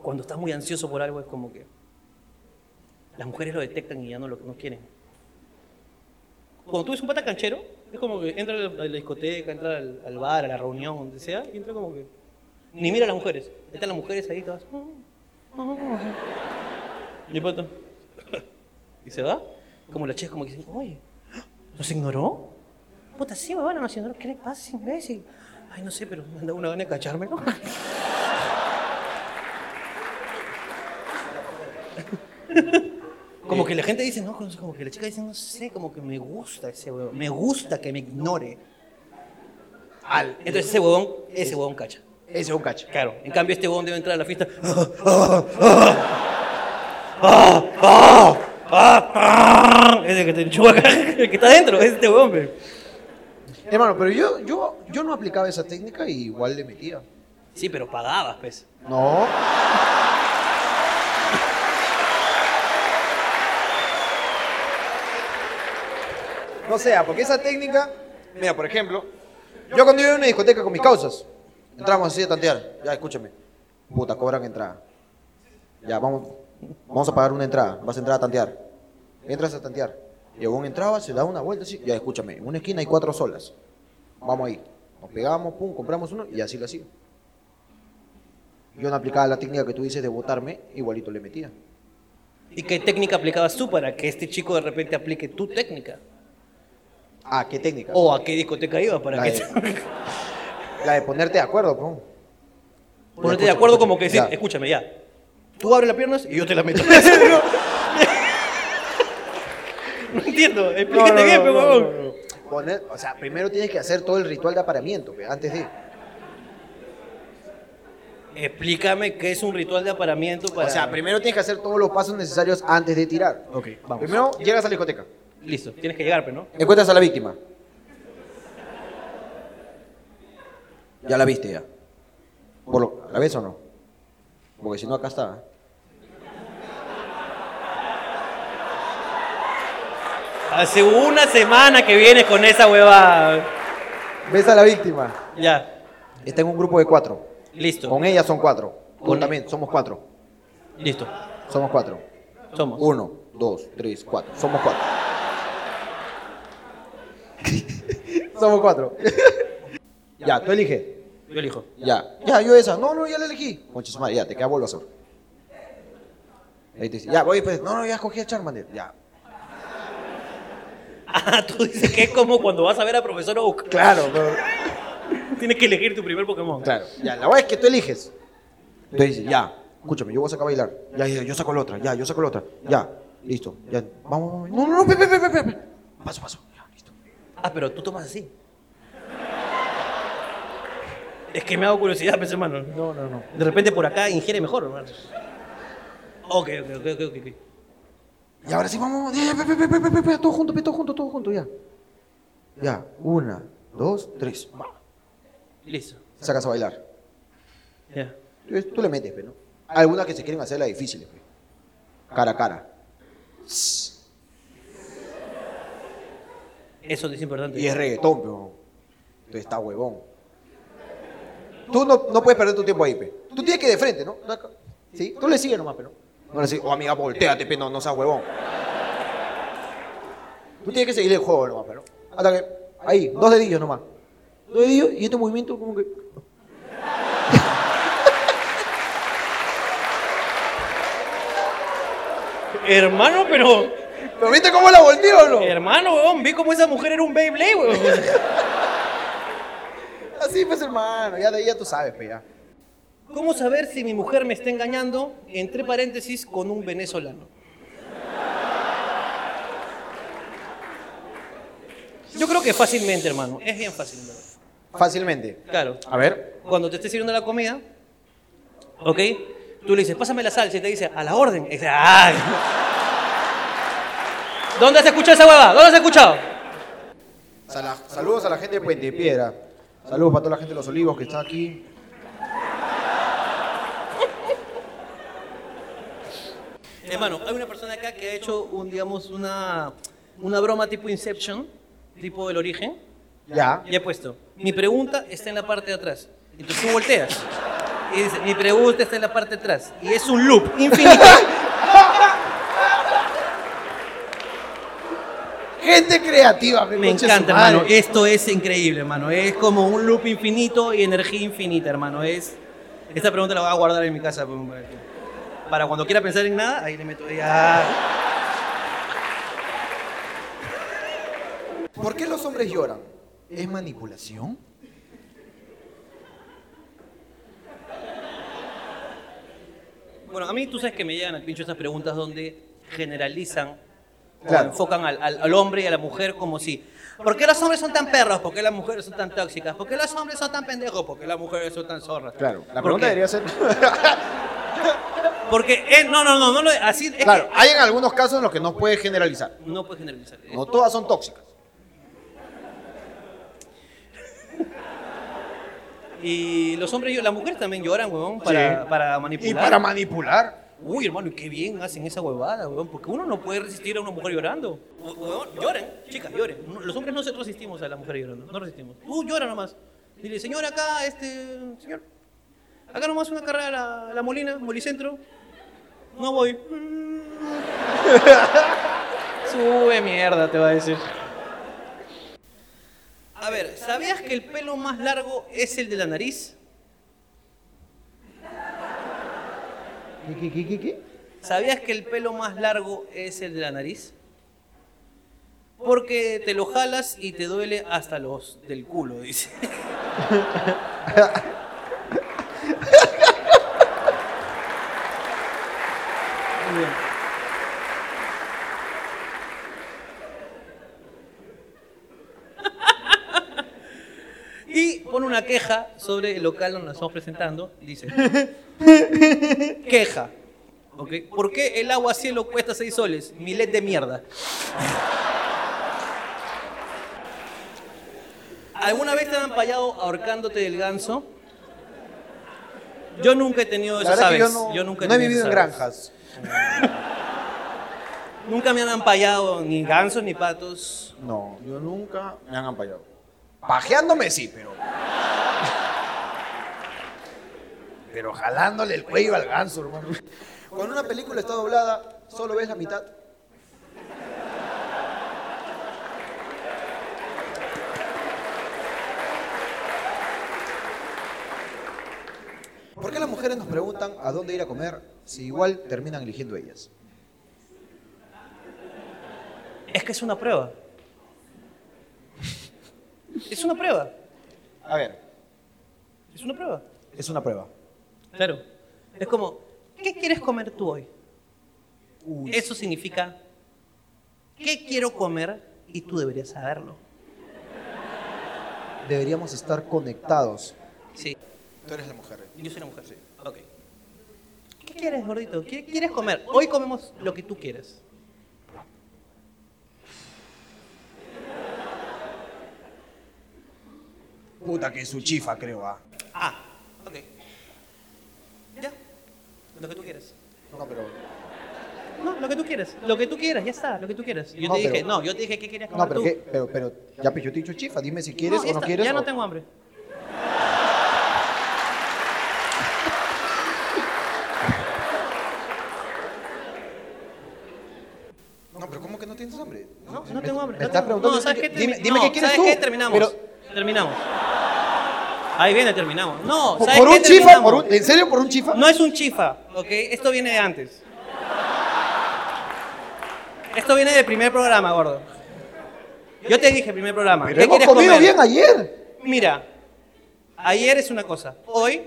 A: Cuando estás muy ansioso por algo es como que las mujeres lo detectan y ya no lo no quieren. Cuando tú ves un pata canchero, es como que entra a la- a la discoteca, entra al, al bar, a la reunión, donde sea, y entra como que ni mira a las mujeres. Están las mujeres ahí todas. "Mm, mm, mm". Y el pata, y se va. Como la chica como que dice, oye, ¿nos ignoró? Puta, sí, huevona, nos ignoró. ¿Qué le pasa, imbécil? Ay, no sé, pero me han dado una gana de cacharme, ¿no? Como que la gente dice, no, como que la chica dice, no sé, como que me gusta ese huevón, me gusta que me ignore. Al- Entonces ese huevón, ese huevón cacha.
C: Ese es un cacho.
A: Claro, en cambio este huevón debe entrar a la fiesta. Ese que te enchufa acá, el que está adentro, es este huevón, pe.
C: Hermano, pero yo, yo, yo no aplicaba esa técnica y igual le metía.
A: Sí, pero pagabas, pues.
C: No. No sea, porque esa técnica, mira, por ejemplo, yo cuando iba a una discoteca con mis causas, entramos así a tantear, ya escúchame, puta, cobran entrada. Ya, vamos, vamos a pagar una entrada, vas a entrar a tantear. Entras a tantear. Llegó un entraba, se da una vuelta, así, ya escúchame, en una esquina hay cuatro solas. Vamos ahí. Nos pegamos, pum, compramos uno y así lo hacía. Yo no aplicaba la técnica que tú dices de votarme, igualito le metía.
A: ¿Y qué técnica aplicabas tú para que este chico de repente aplique tu técnica?
C: Ah, ¿qué técnica?
A: ¿O a qué discoteca iba para
C: La
A: que
C: de- La de ponerte de acuerdo, po.
A: ponerte de acuerdo como que decir,
C: Ya.
A: escúchame ya, tú abres las piernas y yo te las meto. no entiendo, explícate bien, pe, huevón.
C: Poner- o sea, primero tienes que hacer todo el ritual de apareamiento, pe, antes de.
A: Explícame qué es un ritual de aparamiento para...
C: O sea, primero tienes que hacer todos los pasos necesarios antes de tirar.
A: Ok, vamos.
C: Primero llegas a la discoteca,
A: Listo, tienes que llegar, pero ¿no?
C: encuentras a la víctima. Ya la viste, ya. Por lo- ¿La ves o no? Porque si no, acá está. ¿eh?
A: Hace una semana que vienes con esa huevada.
C: Ves a la víctima.
A: Ya,
C: Está en un grupo de cuatro.
A: listo,
C: Con ella son cuatro.
A: Con-
C: Con también, somos cuatro.
A: listo.
C: Somos cuatro.
A: Somos.
C: Uno, dos, tres, cuatro. Somos cuatro. somos cuatro. ya, tú elige.
A: Yo elijo.
C: Ya. Ya, yo esa. No, no, ya la elegí. Concha su madre, ya, te queda Bulbasaur. Ahí te dice, ya, voy pues. No, no, ya escogí a Charmander. Ya.
A: Ah, tú dices que es como cuando vas a ver a profesor Oak.
C: Claro, pero-
A: Tienes que elegir tu primer Pokémon.
C: Claro. Ya, la verdad es que tú eliges. Tú dices, ya, escúchame, yo voy a sacar a bailar. Ya, ya, yo saco la otra, ya, yo saco la otra. Ya, listo. Ya, vamos, vamos. No, no, no, espera, espera, espera, espera. Paso, paso. Ya, listo.
A: Ah, pero tú tomas así. Es que me hago curiosidad, pues, hermano. No, no, no. De repente por acá ingiere mejor, hermano. Ok, ok, ok, ok, ok.
C: Y ahora sí, vamos, ya, ya, pe, pe, pe, pe, pe, pe, pe, todo junto, pe, todo junto, todo junto, ya. Ya, una, dos, tres, va.
A: Listo.
C: Sacas a bailar.
A: Ya.
C: Tú, tú le metes, pe, ¿no? Algunas que se quieren hacer las difíciles, pe. Cara a cara.
A: Eso es importante.
C: Y es reggaetón, pero. Tú estás huevón. Tú no, no puedes perder tu tiempo ahí, pe. Tú tienes que ir de frente, ¿no? No acá. Sí, tú le sigues nomás, pero.
B: Ahora sí, oh amiga, volteate, pe, no, no seas huevón. Tú tienes que seguir el juego nomás, pero. Hasta que. Ahí, dos dedillos nomás. Dos dedillos y este movimiento como que.
A: Hermano, pero.
B: ¿Pero viste cómo la volteó o no?
A: Hermano, weón, vi cómo esa mujer era un Beyblade, weón.
B: Así pues, hermano, ya de ahí ya tú sabes, pe,
C: pues,
B: ya.
A: ¿Cómo saber si mi mujer me está engañando? Entre paréntesis, con un venezolano. Yo creo que fácilmente, hermano. Es bien fácil, ¿verdad?
B: Fácilmente.
A: Claro.
B: A ver.
A: Cuando te esté sirviendo la comida, ¿ok? Tú le dices, pásame la salsa y te dice, a la orden. Y dice, "Ay". ¿Dónde has escuchado esa hueva? ¿Dónde has escuchado?
B: Sala- saludos a la gente de Puente de Piedra. Saludos para toda la gente de Los Olivos que está aquí.
A: Hermano, hay una persona acá que ha hecho, un, digamos, una, una broma tipo Inception, tipo El Origen.
B: Ya.
A: Y he puesto, mi pregunta está en la parte de atrás. Entonces tú volteas. Y dice, mi pregunta está en la parte de atrás. Y es un loop infinito.
B: Gente creativa, pe,
A: Me
B: concha de
A: encanta,
B: su madre.
A: hermano. Esto es increíble, hermano. Es como un loop infinito y energía infinita, hermano. Es... Esta pregunta la voy a guardar en mi casa. pues, para que- Para cuando quiera pensar en nada, ahí le meto ahí. ah.
B: ¿Por qué los hombres lloran? ¿Es manipulación?
A: Bueno, a mí tú sabes que me llegan al pincho esas preguntas donde generalizan
B: Claro.
A: o enfocan al, al- al hombre y a la mujer como si, ¿por qué los hombres son tan perros? ¿Por qué las mujeres son tan tóxicas? ¿Por qué los hombres son tan pendejos? ¿Por qué las mujeres son tan zorras?
B: Claro, la
A: ¿Por
B: pregunta
A: qué?
B: debería ser.
A: Porque, eh, no, no, no, no, lo- así es
B: claro, hay en algunos casos en los que no puede generalizar.
A: que no puedes generalizar.
B: Eh, No todas son tóxicas.
A: Y los hombres, y las mujeres también lloran, huevón, para,
B: Sí.
A: para
B: Y
A: manipular.
B: para manipular.
A: Uy, hermano, y qué bien hacen esa huevada, huevón, porque uno no puede resistir a una mujer llorando. Hue- Huevón, lloren, chicas, lloren. No- Los hombres no se- resistimos a la mujer llorando, no resistimos. Tú llora nomás. Dile, señor, acá, este, señor, acá nomás una carrera a la, a la Molina, Molicentro. No voy. Sube mierda, te va a decir. A ver, ¿sabías que el pelo más largo es el de la nariz?
B: ¿Qué, qué, qué, qué, qué?
A: ¿Sabías que el pelo más largo es el de la nariz? Porque te lo jalas y te duele hasta los del culo, dice. Muy bien. Y pone una queja sobre el local donde nos estamos presentando. Dice, queja. ¿ok? ¿Por qué el agua cielo cuesta 6 soles? Mi LED de mierda. ¿Alguna vez te han payado ahorcándote del ganso? Yo nunca he tenido
B: La
A: eso,
B: verdad es
A: ¿sabes?
B: que yo no,
A: nunca
B: no he
A: tenido
B: vivido
A: esas
B: en
A: aves.
B: granjas.
A: Nunca me han ampallado ni gansos ni patos.
B: No, yo nunca me han ampallado. Pajeándome sí, pero. Pero jalándole el cuello al ganso, hermano. Cuando una película está doblada, solo ves la mitad. ¿Por qué las mujeres nos preguntan a dónde ir a comer si igual terminan eligiendo ellas?
A: Es que es una prueba. Es una prueba.
B: A ver,
A: Es una prueba.
B: es una prueba.
A: Claro. Es como, ¿qué quieres comer tú hoy? Eso significa, ¿qué quiero comer? Y tú deberías saberlo.
B: Deberíamos estar conectados.
A: Sí.
B: Tú eres la mujer.
A: Yo soy una mujer, sí. Ok. ¿Qué quieres, gordito? ¿Qué quieres comer? Hoy comemos lo que tú quieres.
B: Puta que es su chifa, creo, ah.
A: Ah, ok. Ya. Lo que tú quieres.
B: No, pero.
A: No, lo que tú quieres. Lo que tú quieras, ya está, lo que tú quieras. Yo
B: No,
A: te
B: pero-
A: dije, no, yo te dije que querías comer
B: No, pero
A: tú.
B: qué, pero, pero ya pues, yo te he dicho chifa, dime si quieres
A: ya
B: o no
A: está,
B: quieres.
A: Ya
B: o-
A: no tengo hambre. no tengo hambre.
B: me
A: no
B: estás
A: tengo-
B: preguntando
A: No, ¿sabes qué?
B: qué- dime-
A: Termi-
B: dime
A: no,
B: qué quieres
A: ¿sabes
B: tú?
A: qué? Terminamos. Terminamos. Ahí viene, terminamos. No,
B: Por,
A: ¿sabes
B: por
A: qué?
B: un chifa,
A: Terminamos.
B: por un, ¿en serio por un chifa?
A: No es un chifa, ¿ok? Esto viene de antes. Esto viene del primer programa, gordo. Yo te dije primer programa.
B: Pero
A: ¿Qué
B: hemos
A: quieres
B: comido
A: comer?
B: bien ayer.
A: Mira, ayer es una cosa, hoy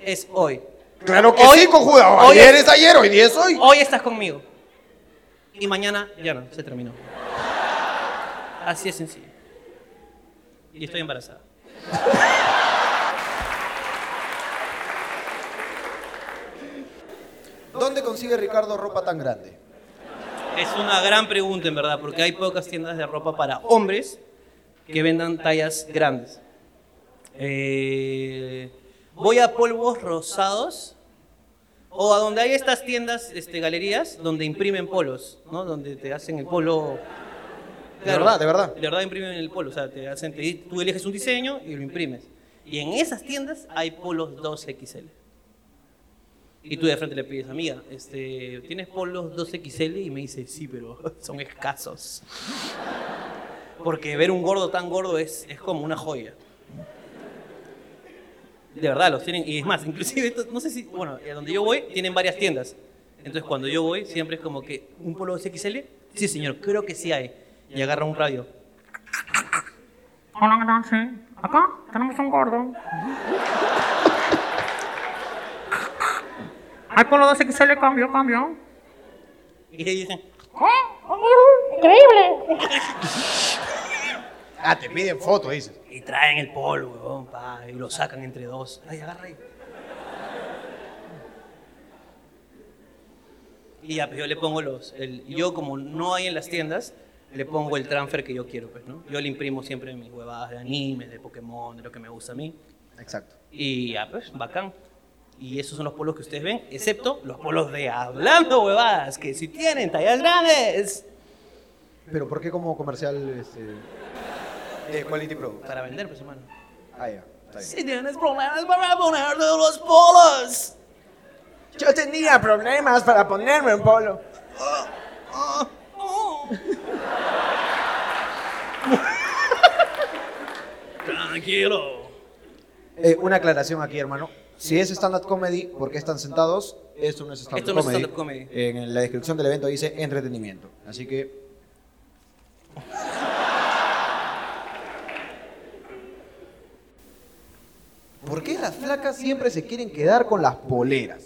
A: es hoy.
B: Claro que
A: Hoy-
B: sí, conjuda.
A: hoy
B: Ayer
A: es-
B: es ayer, hoy día es hoy.
A: Hoy estás conmigo y mañana ya no, se terminó. Así es sencillo. Y estoy embarazada.
B: ¿Dónde consigue Ricardo ropa tan grande?
A: Es una gran pregunta en verdad, porque hay pocas tiendas de ropa para hombres que vendan tallas grandes. Eh, voy a polvos rosados o a donde hay estas tiendas, este, galerías, donde imprimen polos, ¿no? Donde te hacen el polo.
B: De verdad, de verdad.
A: De verdad imprimen el polo, o sea, te hacen, te- tú eliges un diseño y lo imprimes. Y en esas tiendas hay polos 2XL. Y tú de frente le pides, amiga, este, ¿tienes polos 2XL? Y me dice, sí, pero son escasos. Porque ver un gordo tan gordo es, es como una joya. De verdad, los tienen. Y es más, inclusive, esto- no sé si, bueno, eh, donde yo voy, tienen varias tiendas. Entonces, cuando yo voy, siempre es como que, ¿un polo 2XL? Sí, señor, creo que sí hay. Y agarra un radio.
F: Hola, ¿qué tal? Sí. Acá tenemos un gordo. Hay polo 2XL, cambio, cambio.
A: Y le dicen,
B: Ah, te piden foto, dices.
A: y traen el polo, huevón, pa, y lo sacan entre dos. Ay, agarra ahí. Y ya, pues yo le pongo los. el- yo, como no hay en las tiendas, le pongo el transfer que yo quiero, pues, ¿no? Yo le imprimo siempre mis huevadas de anime, de Pokémon, de lo que me gusta a mí.
B: Exacto.
A: Y ya, pues, bacán. Y esos son los polos que ustedes ven, excepto los polos de hablando huevadas, que si tienen tallas grandes
B: Pero ¿por qué como comercial este de Eh, quality product?
A: para vender, pues, hermano.
B: Ah, ya. Está bien.
A: Si tienes problemas para poner los polos.
B: Yo tenía problemas para ponerme en polo.
A: Tranquilo.
B: Eh, una aclaración aquí, hermano. Si es stand-up comedy, ¿por qué están sentados? Esto no es stand-up
A: Esto no es
B: comedy.
A: stand-up comedy.
B: En la descripción del evento dice entretenimiento. Así que. ¿Por qué las flacas siempre se quieren quedar con las poleras?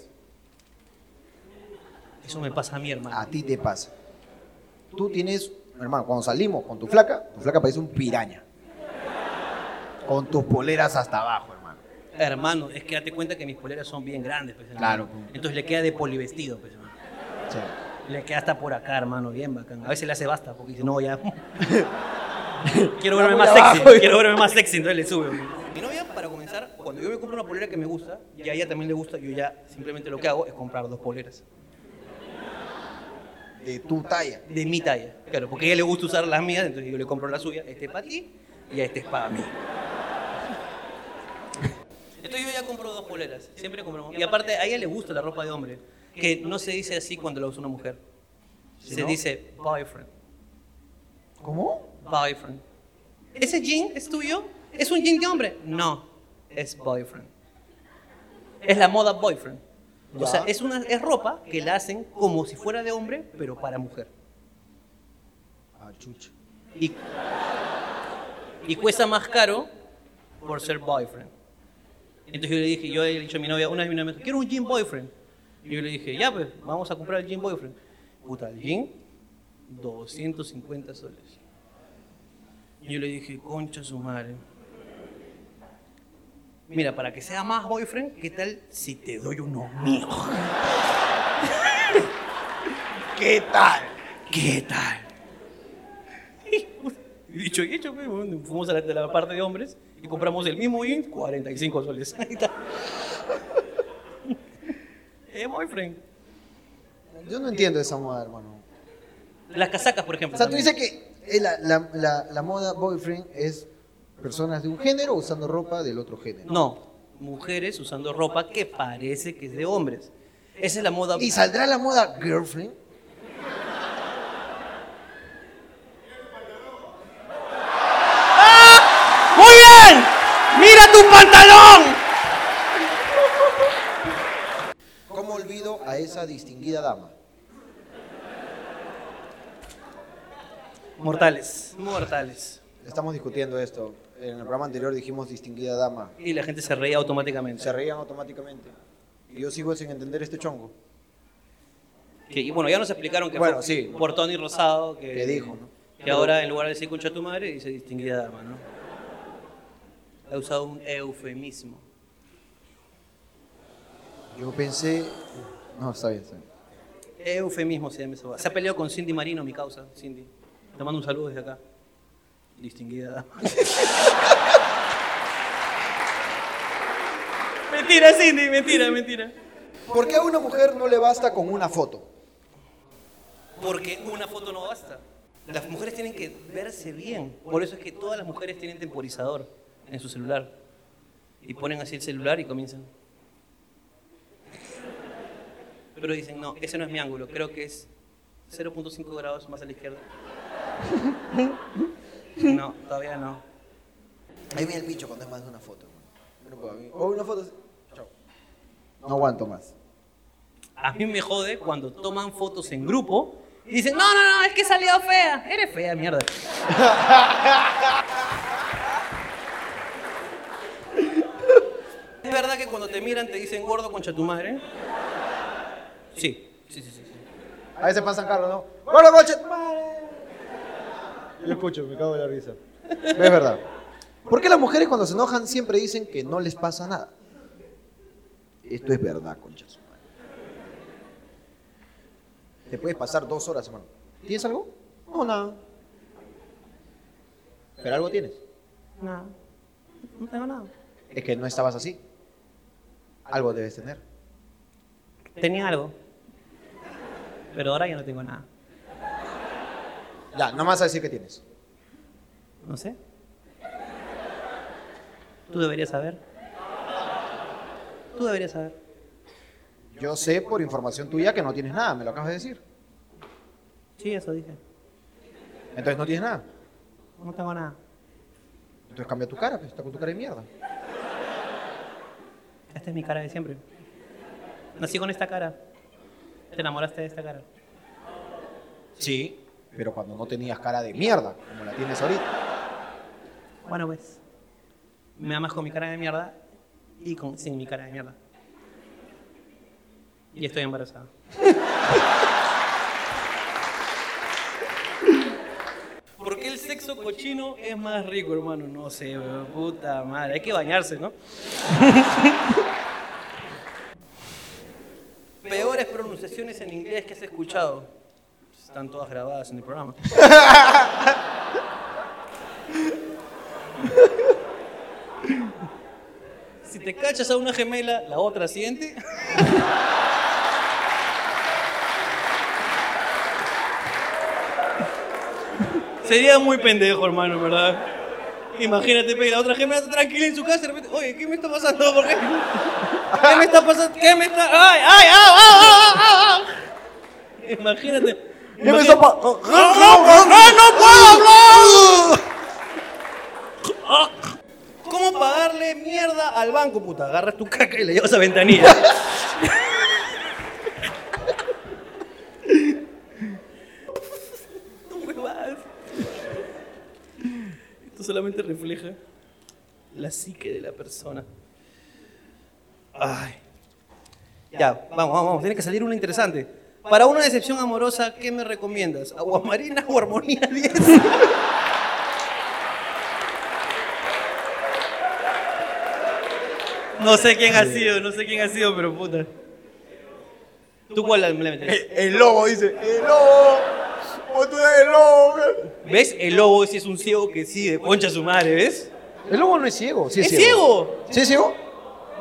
A: Eso me pasa a mi
B: A
A: hermano.
B: ti te pasa. Tú tienes, hermano, cuando salimos con tu flaca, tu flaca parece un piraña. Con tus poleras hasta abajo, hermano.
A: Hermano, es que date cuenta que mis poleras son bien grandes, pues, hermano.
B: Claro.
A: Entonces le queda de polivestido, pues, hermano.
B: Sí.
A: Le queda hasta por acá, hermano, bien bacán. A veces le hace basta porque dice, no, ya. quiero verme más sexy, quiero verme más sexy, entonces le sube. Mi novia, para comenzar, cuando yo me compro una polera que me gusta y a ella también le gusta, yo ya simplemente lo que hago es comprar dos poleras
B: De tu talla.
A: de mi talla. Claro, porque a ella le gusta usar las mías, entonces yo le compro la suya. Este es para ti y este es para mí. Entonces yo ya compro dos poleras, siempre compro. Y aparte, a ella le gusta la ropa de hombre, que no se dice así cuando la usa una mujer. Se dice boyfriend.
B: ¿Cómo?
A: Boyfriend. ¿Ese jean es tuyo? ¿Es un jean de hombre? No, es boyfriend. Es la moda boyfriend. O sea, es, una, es ropa que la hacen como si fuera de hombre, pero para mujer.
B: Ah, chucha.
A: Y, y cuesta más caro por ser boyfriend. Entonces yo le dije, yo le he dicho a mi novia, una vez mi novia me dijo, quiero un jean boyfriend. Y yo le dije, ya pues, vamos a comprar el jean boyfriend. Puta, el jean, 250 soles. Y yo le dije, concha su madre. Mira, para que sea más boyfriend, ¿qué tal si te doy unos míos?
B: ¿Qué tal?
A: ¿Qué tal? Y Dicho y hecho, pues, bueno, fuimos a la, de la parte de hombres y compramos el mismo jean, 45 soles. Ahí está. Eh, boyfriend.
B: Yo no entiendo esa moda, hermano.
A: Las casacas, por ejemplo.
B: O sea, tú
A: también.
B: dices que eh, la, la- la- la moda boyfriend es personas de un género usando ropa del otro género.
A: No, mujeres usando ropa que parece que es de hombres. Esa es la moda.
B: ¿Y saldrá la moda girlfriend?
A: ¡Saca tu pantalón!
B: ¿Cómo olvido a esa distinguida dama?
A: Mortales, mortales.
B: Estamos discutiendo esto. En el programa anterior dijimos distinguida dama.
A: Y la gente se reía automáticamente.
B: Se reían automáticamente. Y yo sigo sin entender este chongo.
A: Que- y bueno, ya nos explicaron que
B: Bueno,
A: fue
B: sí.
A: por Tony Rosado que,
B: Que dijo, ¿no?
A: que ahora en lugar de decir concha tu madre dice distinguida dama, ¿no? Ha usado un eufemismo.
B: Yo pensé... No, está bien, está bien.
A: Eh, Eufemismo se llama eso. Se ha peleado con Cindy Marino, mi causa, Cindy. Te mando un saludo desde acá. Distinguida dama. mentira, Cindy, mentira, mentira.
B: ¿Por qué a una mujer no le basta con una foto?
A: Porque una foto no basta. Las mujeres tienen que verse bien. Por eso es que todas las mujeres tienen temporizador en su celular. Y ponen así el celular y comienzan. Pero dicen, no, ese no es mi ángulo, creo que es 0.5 grados más a la izquierda. No, todavía no.
B: Ahí viene el bicho cuando es más de una foto. Yo no puedo, a mí- O una foto... Chao. No aguanto más.
A: A mí me jode cuando toman fotos en grupo y dicen, no, no, no, es que salió fea. Eres fea, mierda. ¿Es verdad que cuando te miran te dicen gordo concha tu madre? Sí, sí, sí, sí. sí.
B: A veces pasan carros, ¿no? ¡Guarda coche! Yo escucho, me cago en la risa. Es verdad. ¿Por qué las mujeres cuando se enojan siempre dicen que no les pasa nada? Esto es verdad, concha de su madre. Te puedes pasar dos horas, hermano. ¿Tienes algo? No, nada. ¿Pero algo tienes?
A: Nada. No tengo nada.
B: Es que no estabas así. Algo debes tener.
A: Tenía algo. Pero ahora ya no tengo nada.
B: Ya, no me vas a decir que tienes.
A: No sé. Tú deberías saber. Tú deberías saber.
B: Yo sé por información tuya que no tienes nada, me lo acabas de decir.
A: Sí, eso dije.
B: Entonces no tienes nada.
A: No tengo nada.
B: Entonces cambia tu cara, pues, está con tu cara de mierda.
A: Esta es mi cara de siempre. Nací con esta cara. Te enamoraste de esta cara.
B: Sí. Pero cuando no tenías cara de mierda, como la tienes ahorita.
A: Bueno, pues. Me amas con mi cara de mierda y con, sin mi cara de mierda. Y estoy embarazada. ¿Por qué el sexo cochino es más rico, hermano? No sé, weón, puta madre. Hay que bañarse, ¿no? Peores pronunciaciones en inglés que has escuchado. Están todas grabadas en el programa. Si te cachas a una gemela, la otra siente. Sería muy pendejo, hermano, en ¿verdad? Imagínate, pe, la otra gemela está tranquila en su casa y de repente, oye, ¿qué me está pasando? ¿Por qué? ¿Qué me está pasando? ¿Qué me está.? ¡Ay, ay, ay, ay, ay, ay! Imagínate.
B: me
A: imagínate-
B: está pa- Ah,
A: ¡No, no, no, no puedo hablar! Ah. ¿Cómo pagarle mierda al banco, puta? Agarras tu caca y le llevas a ventanilla. No huevadas. Esto solamente refleja la psique de la persona. Ay. Ya, vamos, vamos, vamos. Tiene que salir una interesante. Para una decepción amorosa, ¿qué me recomiendas? ¿Aguamarina o Armonía 10? No sé quién ha sido, no sé quién ha sido, pero puta. ¿Tú cuál le metes?
E: El lobo dice, el lobo. O tú eres el lobo.
A: ¿Ves? El lobo sí es un ciego que sí, de concha su madre, ¿ves?
B: El lobo no es ciego. Sí es,
A: ¿Es ciego?
B: ¿Sí es ciego?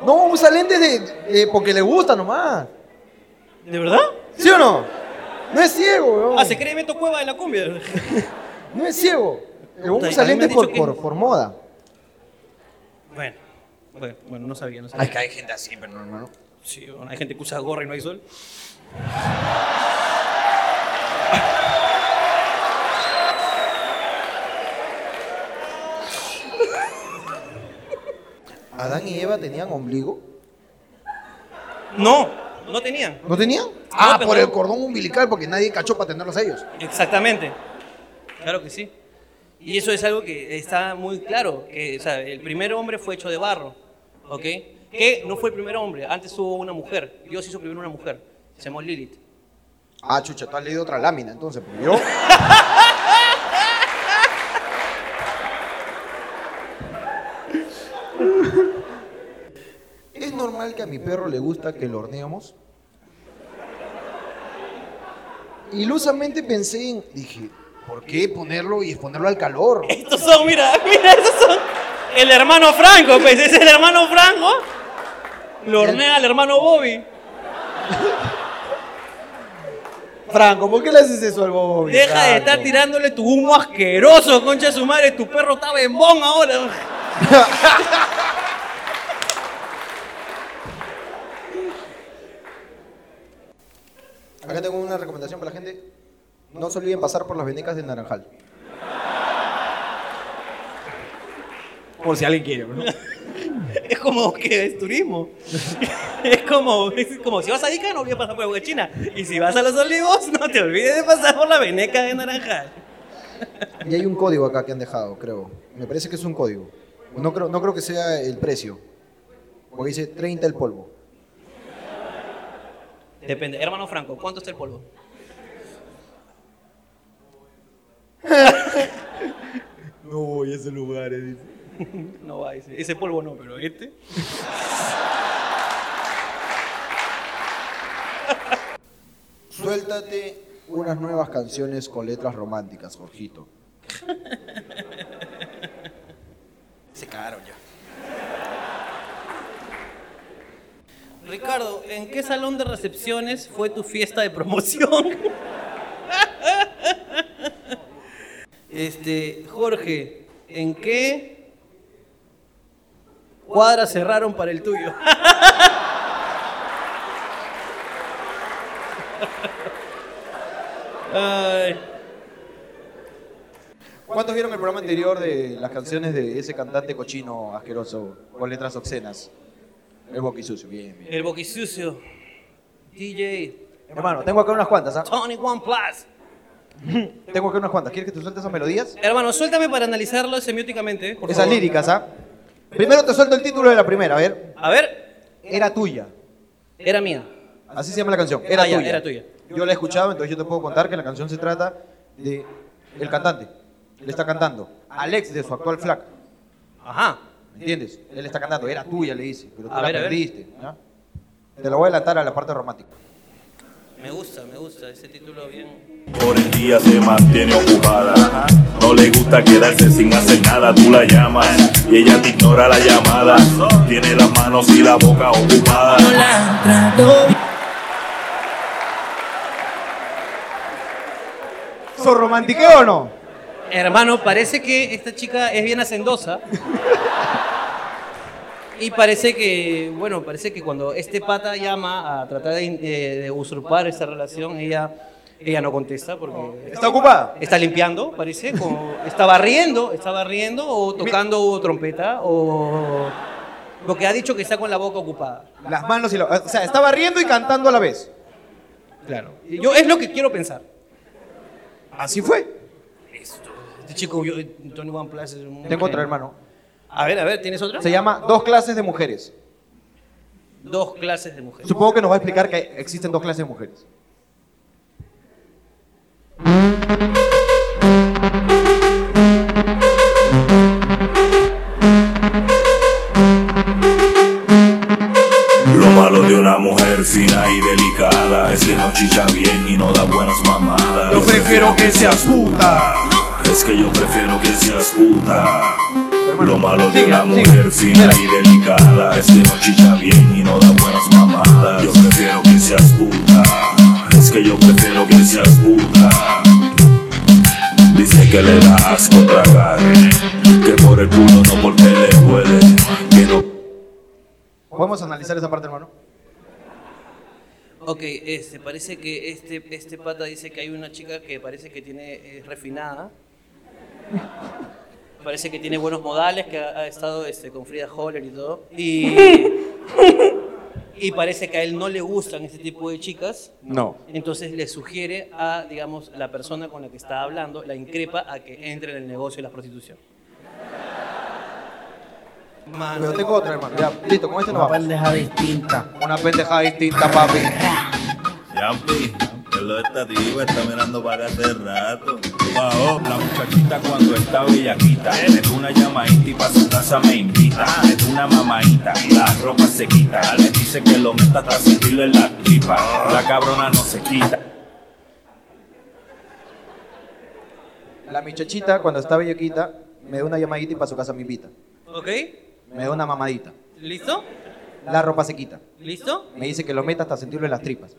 B: No, usa lentes de, de- porque le gusta nomás.
A: ¿De verdad?
B: ¿Sí o no? No es ciego, weón.
A: Ah, se cree Beto Cueva de la cumbia.
B: No es ciego. El huevón
A: Puta,
B: usa
A: a mí me han
B: lentes por,
A: dicho que-
B: por- por moda.
A: Bueno, bueno, bueno, no sabía, no sabía.
B: que hay gente así, pero no, hermano.
A: Sí, bueno, hay gente que usa gorra y no hay sol.
B: ¿Adán y Eva tenían ombligo?
A: No, no tenían.
B: ¿No tenían? Ah,
A: pero
B: por
A: no.
B: el cordón umbilical, porque nadie cachó para tenerlos a ellos.
A: Exactamente. Claro que sí. Y eso es algo que está muy claro, que o sea, el primer hombre fue hecho de barro, ¿ok? Que no fue el primer hombre, antes hubo una mujer, Dios hizo primero una mujer, se llamó Lilith.
B: Ah, chucha, tú has leído otra lámina, entonces, porque yo... ¿Es normal que a mi perro le gusta que lo horneemos? Ilusamente pensé en... Dije, ¿por qué ponerlo y exponerlo al calor?
A: Estos son, mira, mira, estos son el hermano Franco, pues es el hermano Franco. Lo hornea al hermano Bobby.
B: Franco, ¿por qué le haces eso al bobo?
A: Deja de estar tirándole tu humo asqueroso, concha de su madre, tu perro está bembón ahora.
B: Acá tengo una recomendación para la gente. No se olviden pasar por las venecas del Naranjal.
E: Por si alguien quiere, ¿no?
A: Es como que es turismo. es, como, es como si vas a Ica, no olvides pasar por la Boca China. Y si vas a Los Olivos, no te olvides de pasar por la Veneca de Naranjal.
B: Y hay un código acá que han dejado, creo. Me parece que es un código. No creo, no creo que sea el precio. Porque dice 30 el polvo.
A: Depende. Hermano Franco, ¿cuánto está el polvo?
E: No voy a ese lugar, eh, dice.
A: No va, ese, ese polvo no, pero este.
B: Suéltate unas nuevas canciones con letras románticas, Jorgito.
C: Se cagaron ya.
A: Ricardo, ¿en qué salón de recepciones fue tu fiesta de promoción? este, Jorge, ¿en qué cuadra cerraron para el tuyo? Ay,
B: ¿Cuántos vieron el programa anterior de las canciones de ese cantante cochino asqueroso con letras obscenas? El boquisucio, bien, bien.
A: el boquisucio. DJ.
B: Hermano, tengo acá unas cuantas, ¿ah?
A: Tony One Plus.
B: Tengo acá unas cuantas. ¿Quieres que te suelte esas melodías?
A: Hermano, suéltame para analizarlo semióticamente. ¿eh? por
B: Esas
A: favor.
B: líricas, ¿ah? Primero te suelto el título de la primera, a ver.
A: A ver,
B: Era tuya.
A: era mía.
B: Así se llama la canción. Era
A: Ah, ya,
B: tuya.
A: era tuya.
B: Yo la he escuchado, entonces yo te puedo contar que la canción se trata de el cantante. Le está cantando. Alex de su actual flaca.
A: Ajá.
B: ¿Me entiendes? Él está cantando. Era tuya, le dice. Pero tú
A: A
B: la
A: ver, a ver.
B: perdiste. ¿ya? Te la voy a adelantar a la parte romántica.
A: Me gusta, me gusta ese título bien.
G: Por el día se mantiene ocupada. No le gusta quedarse sin hacer nada. Tú la llamas y ella te ignora la llamada. Tiene las manos y la boca ocupada.
B: ¿Son romantiqueo o no?
A: Hermano, parece que esta chica es bien hacendosa. Y parece que, bueno, parece que cuando este pata llama a tratar de, de- de usurpar esa relación, ella, ella no contesta porque
B: ¿Está ocupada?
A: está limpiando, parece, como está barriendo, está barriendo o tocando trompeta o porque ha dicho que está con la boca ocupada.
B: Las manos y la... O sea, estaba riendo y cantando a la vez.
A: Claro. Yo es lo que quiero pensar.
B: Así fue.
A: Este chico, yo, Tony One Plus es un...
B: Tengo otra, hermano.
A: A ver, a ver, ¿tienes otra?
B: Se llama Dos clases de mujeres.
A: Dos clases de mujeres.
B: Supongo que nos va a explicar que existen dos clases de mujeres.
G: Lo malo de una mujer fina y delicada es que no chicha bien y no da buenas mamadas. Yo prefiero que seas puta. Es que yo prefiero que seas puta. Lo malo de una mujer fina y delicada es que no chicha bien y no da buenas mamadas. Yo prefiero que seas puta. Es que yo prefiero que seas puta. Dice que le da asco tragar, que por el culo no porque le duele, que no
B: ¿Podemos analizar esa parte, hermano?
A: Ok, este, parece que este, este pata dice que hay una chica que parece que tiene es refinada. Parece que tiene buenos modales, que ha, ha estado este, con Frida Holler y todo. Y, y parece que a él no le gustan este tipo de chicas.
E: No.
A: Entonces le sugiere a, digamos, la persona con la que está hablando, la increpa a que entre en el negocio de la prostitución. Mano,
B: Pero tengo otra, hermano. Ya, listo, con este no
H: Una
B: va.
H: pendeja distinta.
B: Una pendejada distinta, papi.
G: Yampi, que lo está diva, está mirando para acá hace rato. Wow, la muchachita cuando está bellaquita, es una llamadita y pa' su casa me invita. Es una mamadita, la ropa se quita, le dice que lo meta hasta sentirlo en la tripa. La cabrona no se quita.
B: La muchachita, cuando está bellaquita, me da una llamadita y para su casa me invita.
A: ¿Ok?
B: Me da una mamadita.
A: ¿Listo?
B: La ropa se quita.
A: ¿Listo?
B: Me dice que lo meta hasta sentirlo en las tripas.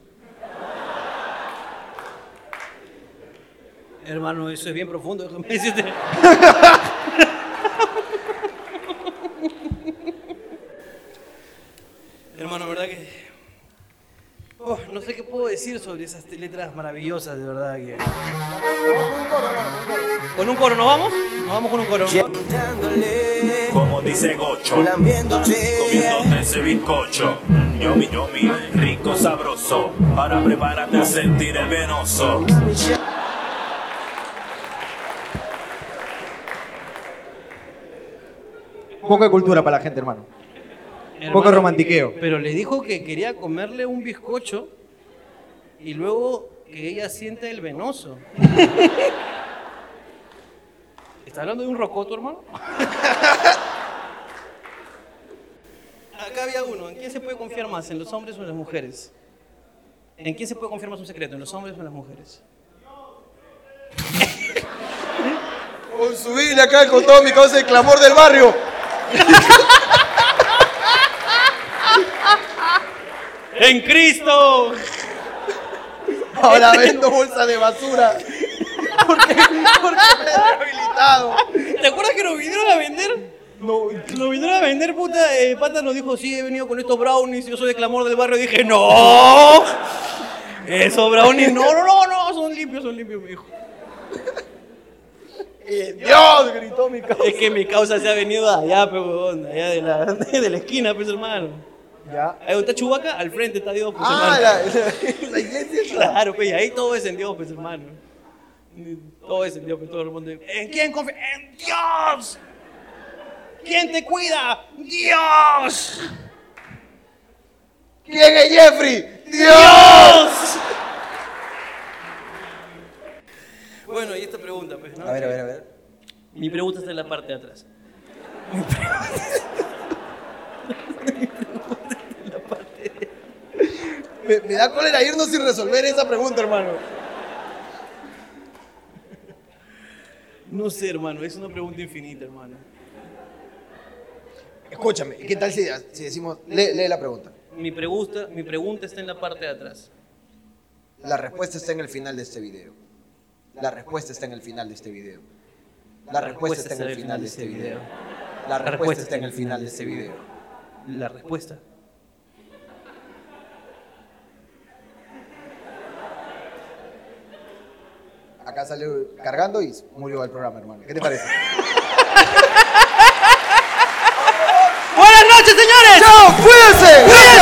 A: Hermano, eso es bien profundo. déjame decirte. Hermano, verdad que. Oh, no sé qué puedo decir sobre esas letras maravillosas, de verdad que. Con un coro, ¿nos vamos? Nos vamos con un coro.
G: Como dice Gocho, comiéndote ese bizcocho. Mm, Yomi, yomi, rico, sabroso. Ahora prepárate a sentir el venoso.
B: Un poco de cultura para la gente, hermano.
A: Hermano, eh,
B: poco romantiqueo.
A: Pero le dijo que quería comerle un bizcocho y luego que ella siente el venoso. ¿Está hablando de un rocoto, hermano? Acá había uno. ¿En quién se puede confiar más? ¿En los hombres o en las mujeres? ¿En quién se puede confiar más un secreto? ¿En los hombres o en las mujeres?
B: Con subirle acá con todo mi causa el clamor del barrio.
A: ¡En Cristo!
B: Ahora vendo bolsa de basura. Porque, porque me he rehabilitado.
A: ¿Te acuerdas que nos vinieron a vender? No, nos vinieron a vender, puta. eh, Pata nos dijo, sí, he venido con estos brownies, yo soy de clamor del barrio. Y dije, no, esos brownies, no, no, no, no, son limpios, son limpios, me dijo.
B: Eh, Dios, gritó mi causa.
A: Es que mi causa se ha venido de allá, pues, huevón, de allá de la, de la esquina, pues, hermano.
B: Ya.
A: Ahí está Chubaca, al frente está Dios, pues,
B: Ah,
A: hermano.
B: la, la- la iglesia. está-
A: Claro, pues, y ahí todo es en Dios, pues, hermano. Todo es en Dios, pues, todo el mundo. ¿En quién confía? ¡En Dios! ¿Quién te cuida? ¡Dios!
B: ¿Quién es Jeffrey? Dios.
A: ¡Dios! Bueno, y esta pregunta, pues, ¿no?
B: A ver, a ver, a ver.
A: Mi pregunta está en la parte de atrás.
B: Me, me da cólera irnos sin resolver esa pregunta, hermano.
A: No sé, hermano, es una pregunta infinita, hermano.
B: Escúchame, ¿qué tal si, si decimos, lee, lee la pregunta?
A: Mi pregunta, mi pregunta está en la parte de atrás.
B: La respuesta está en el final de este video. La respuesta está en el final de este video. La respuesta está en el final de este video. La respuesta está en el final de este video.
A: La respuesta.
B: Acá salió cargando y murió el programa, hermano. ¿Qué te parece?
A: ¡Buenas noches, señores!
B: ¡Chao! ¡Cuídense!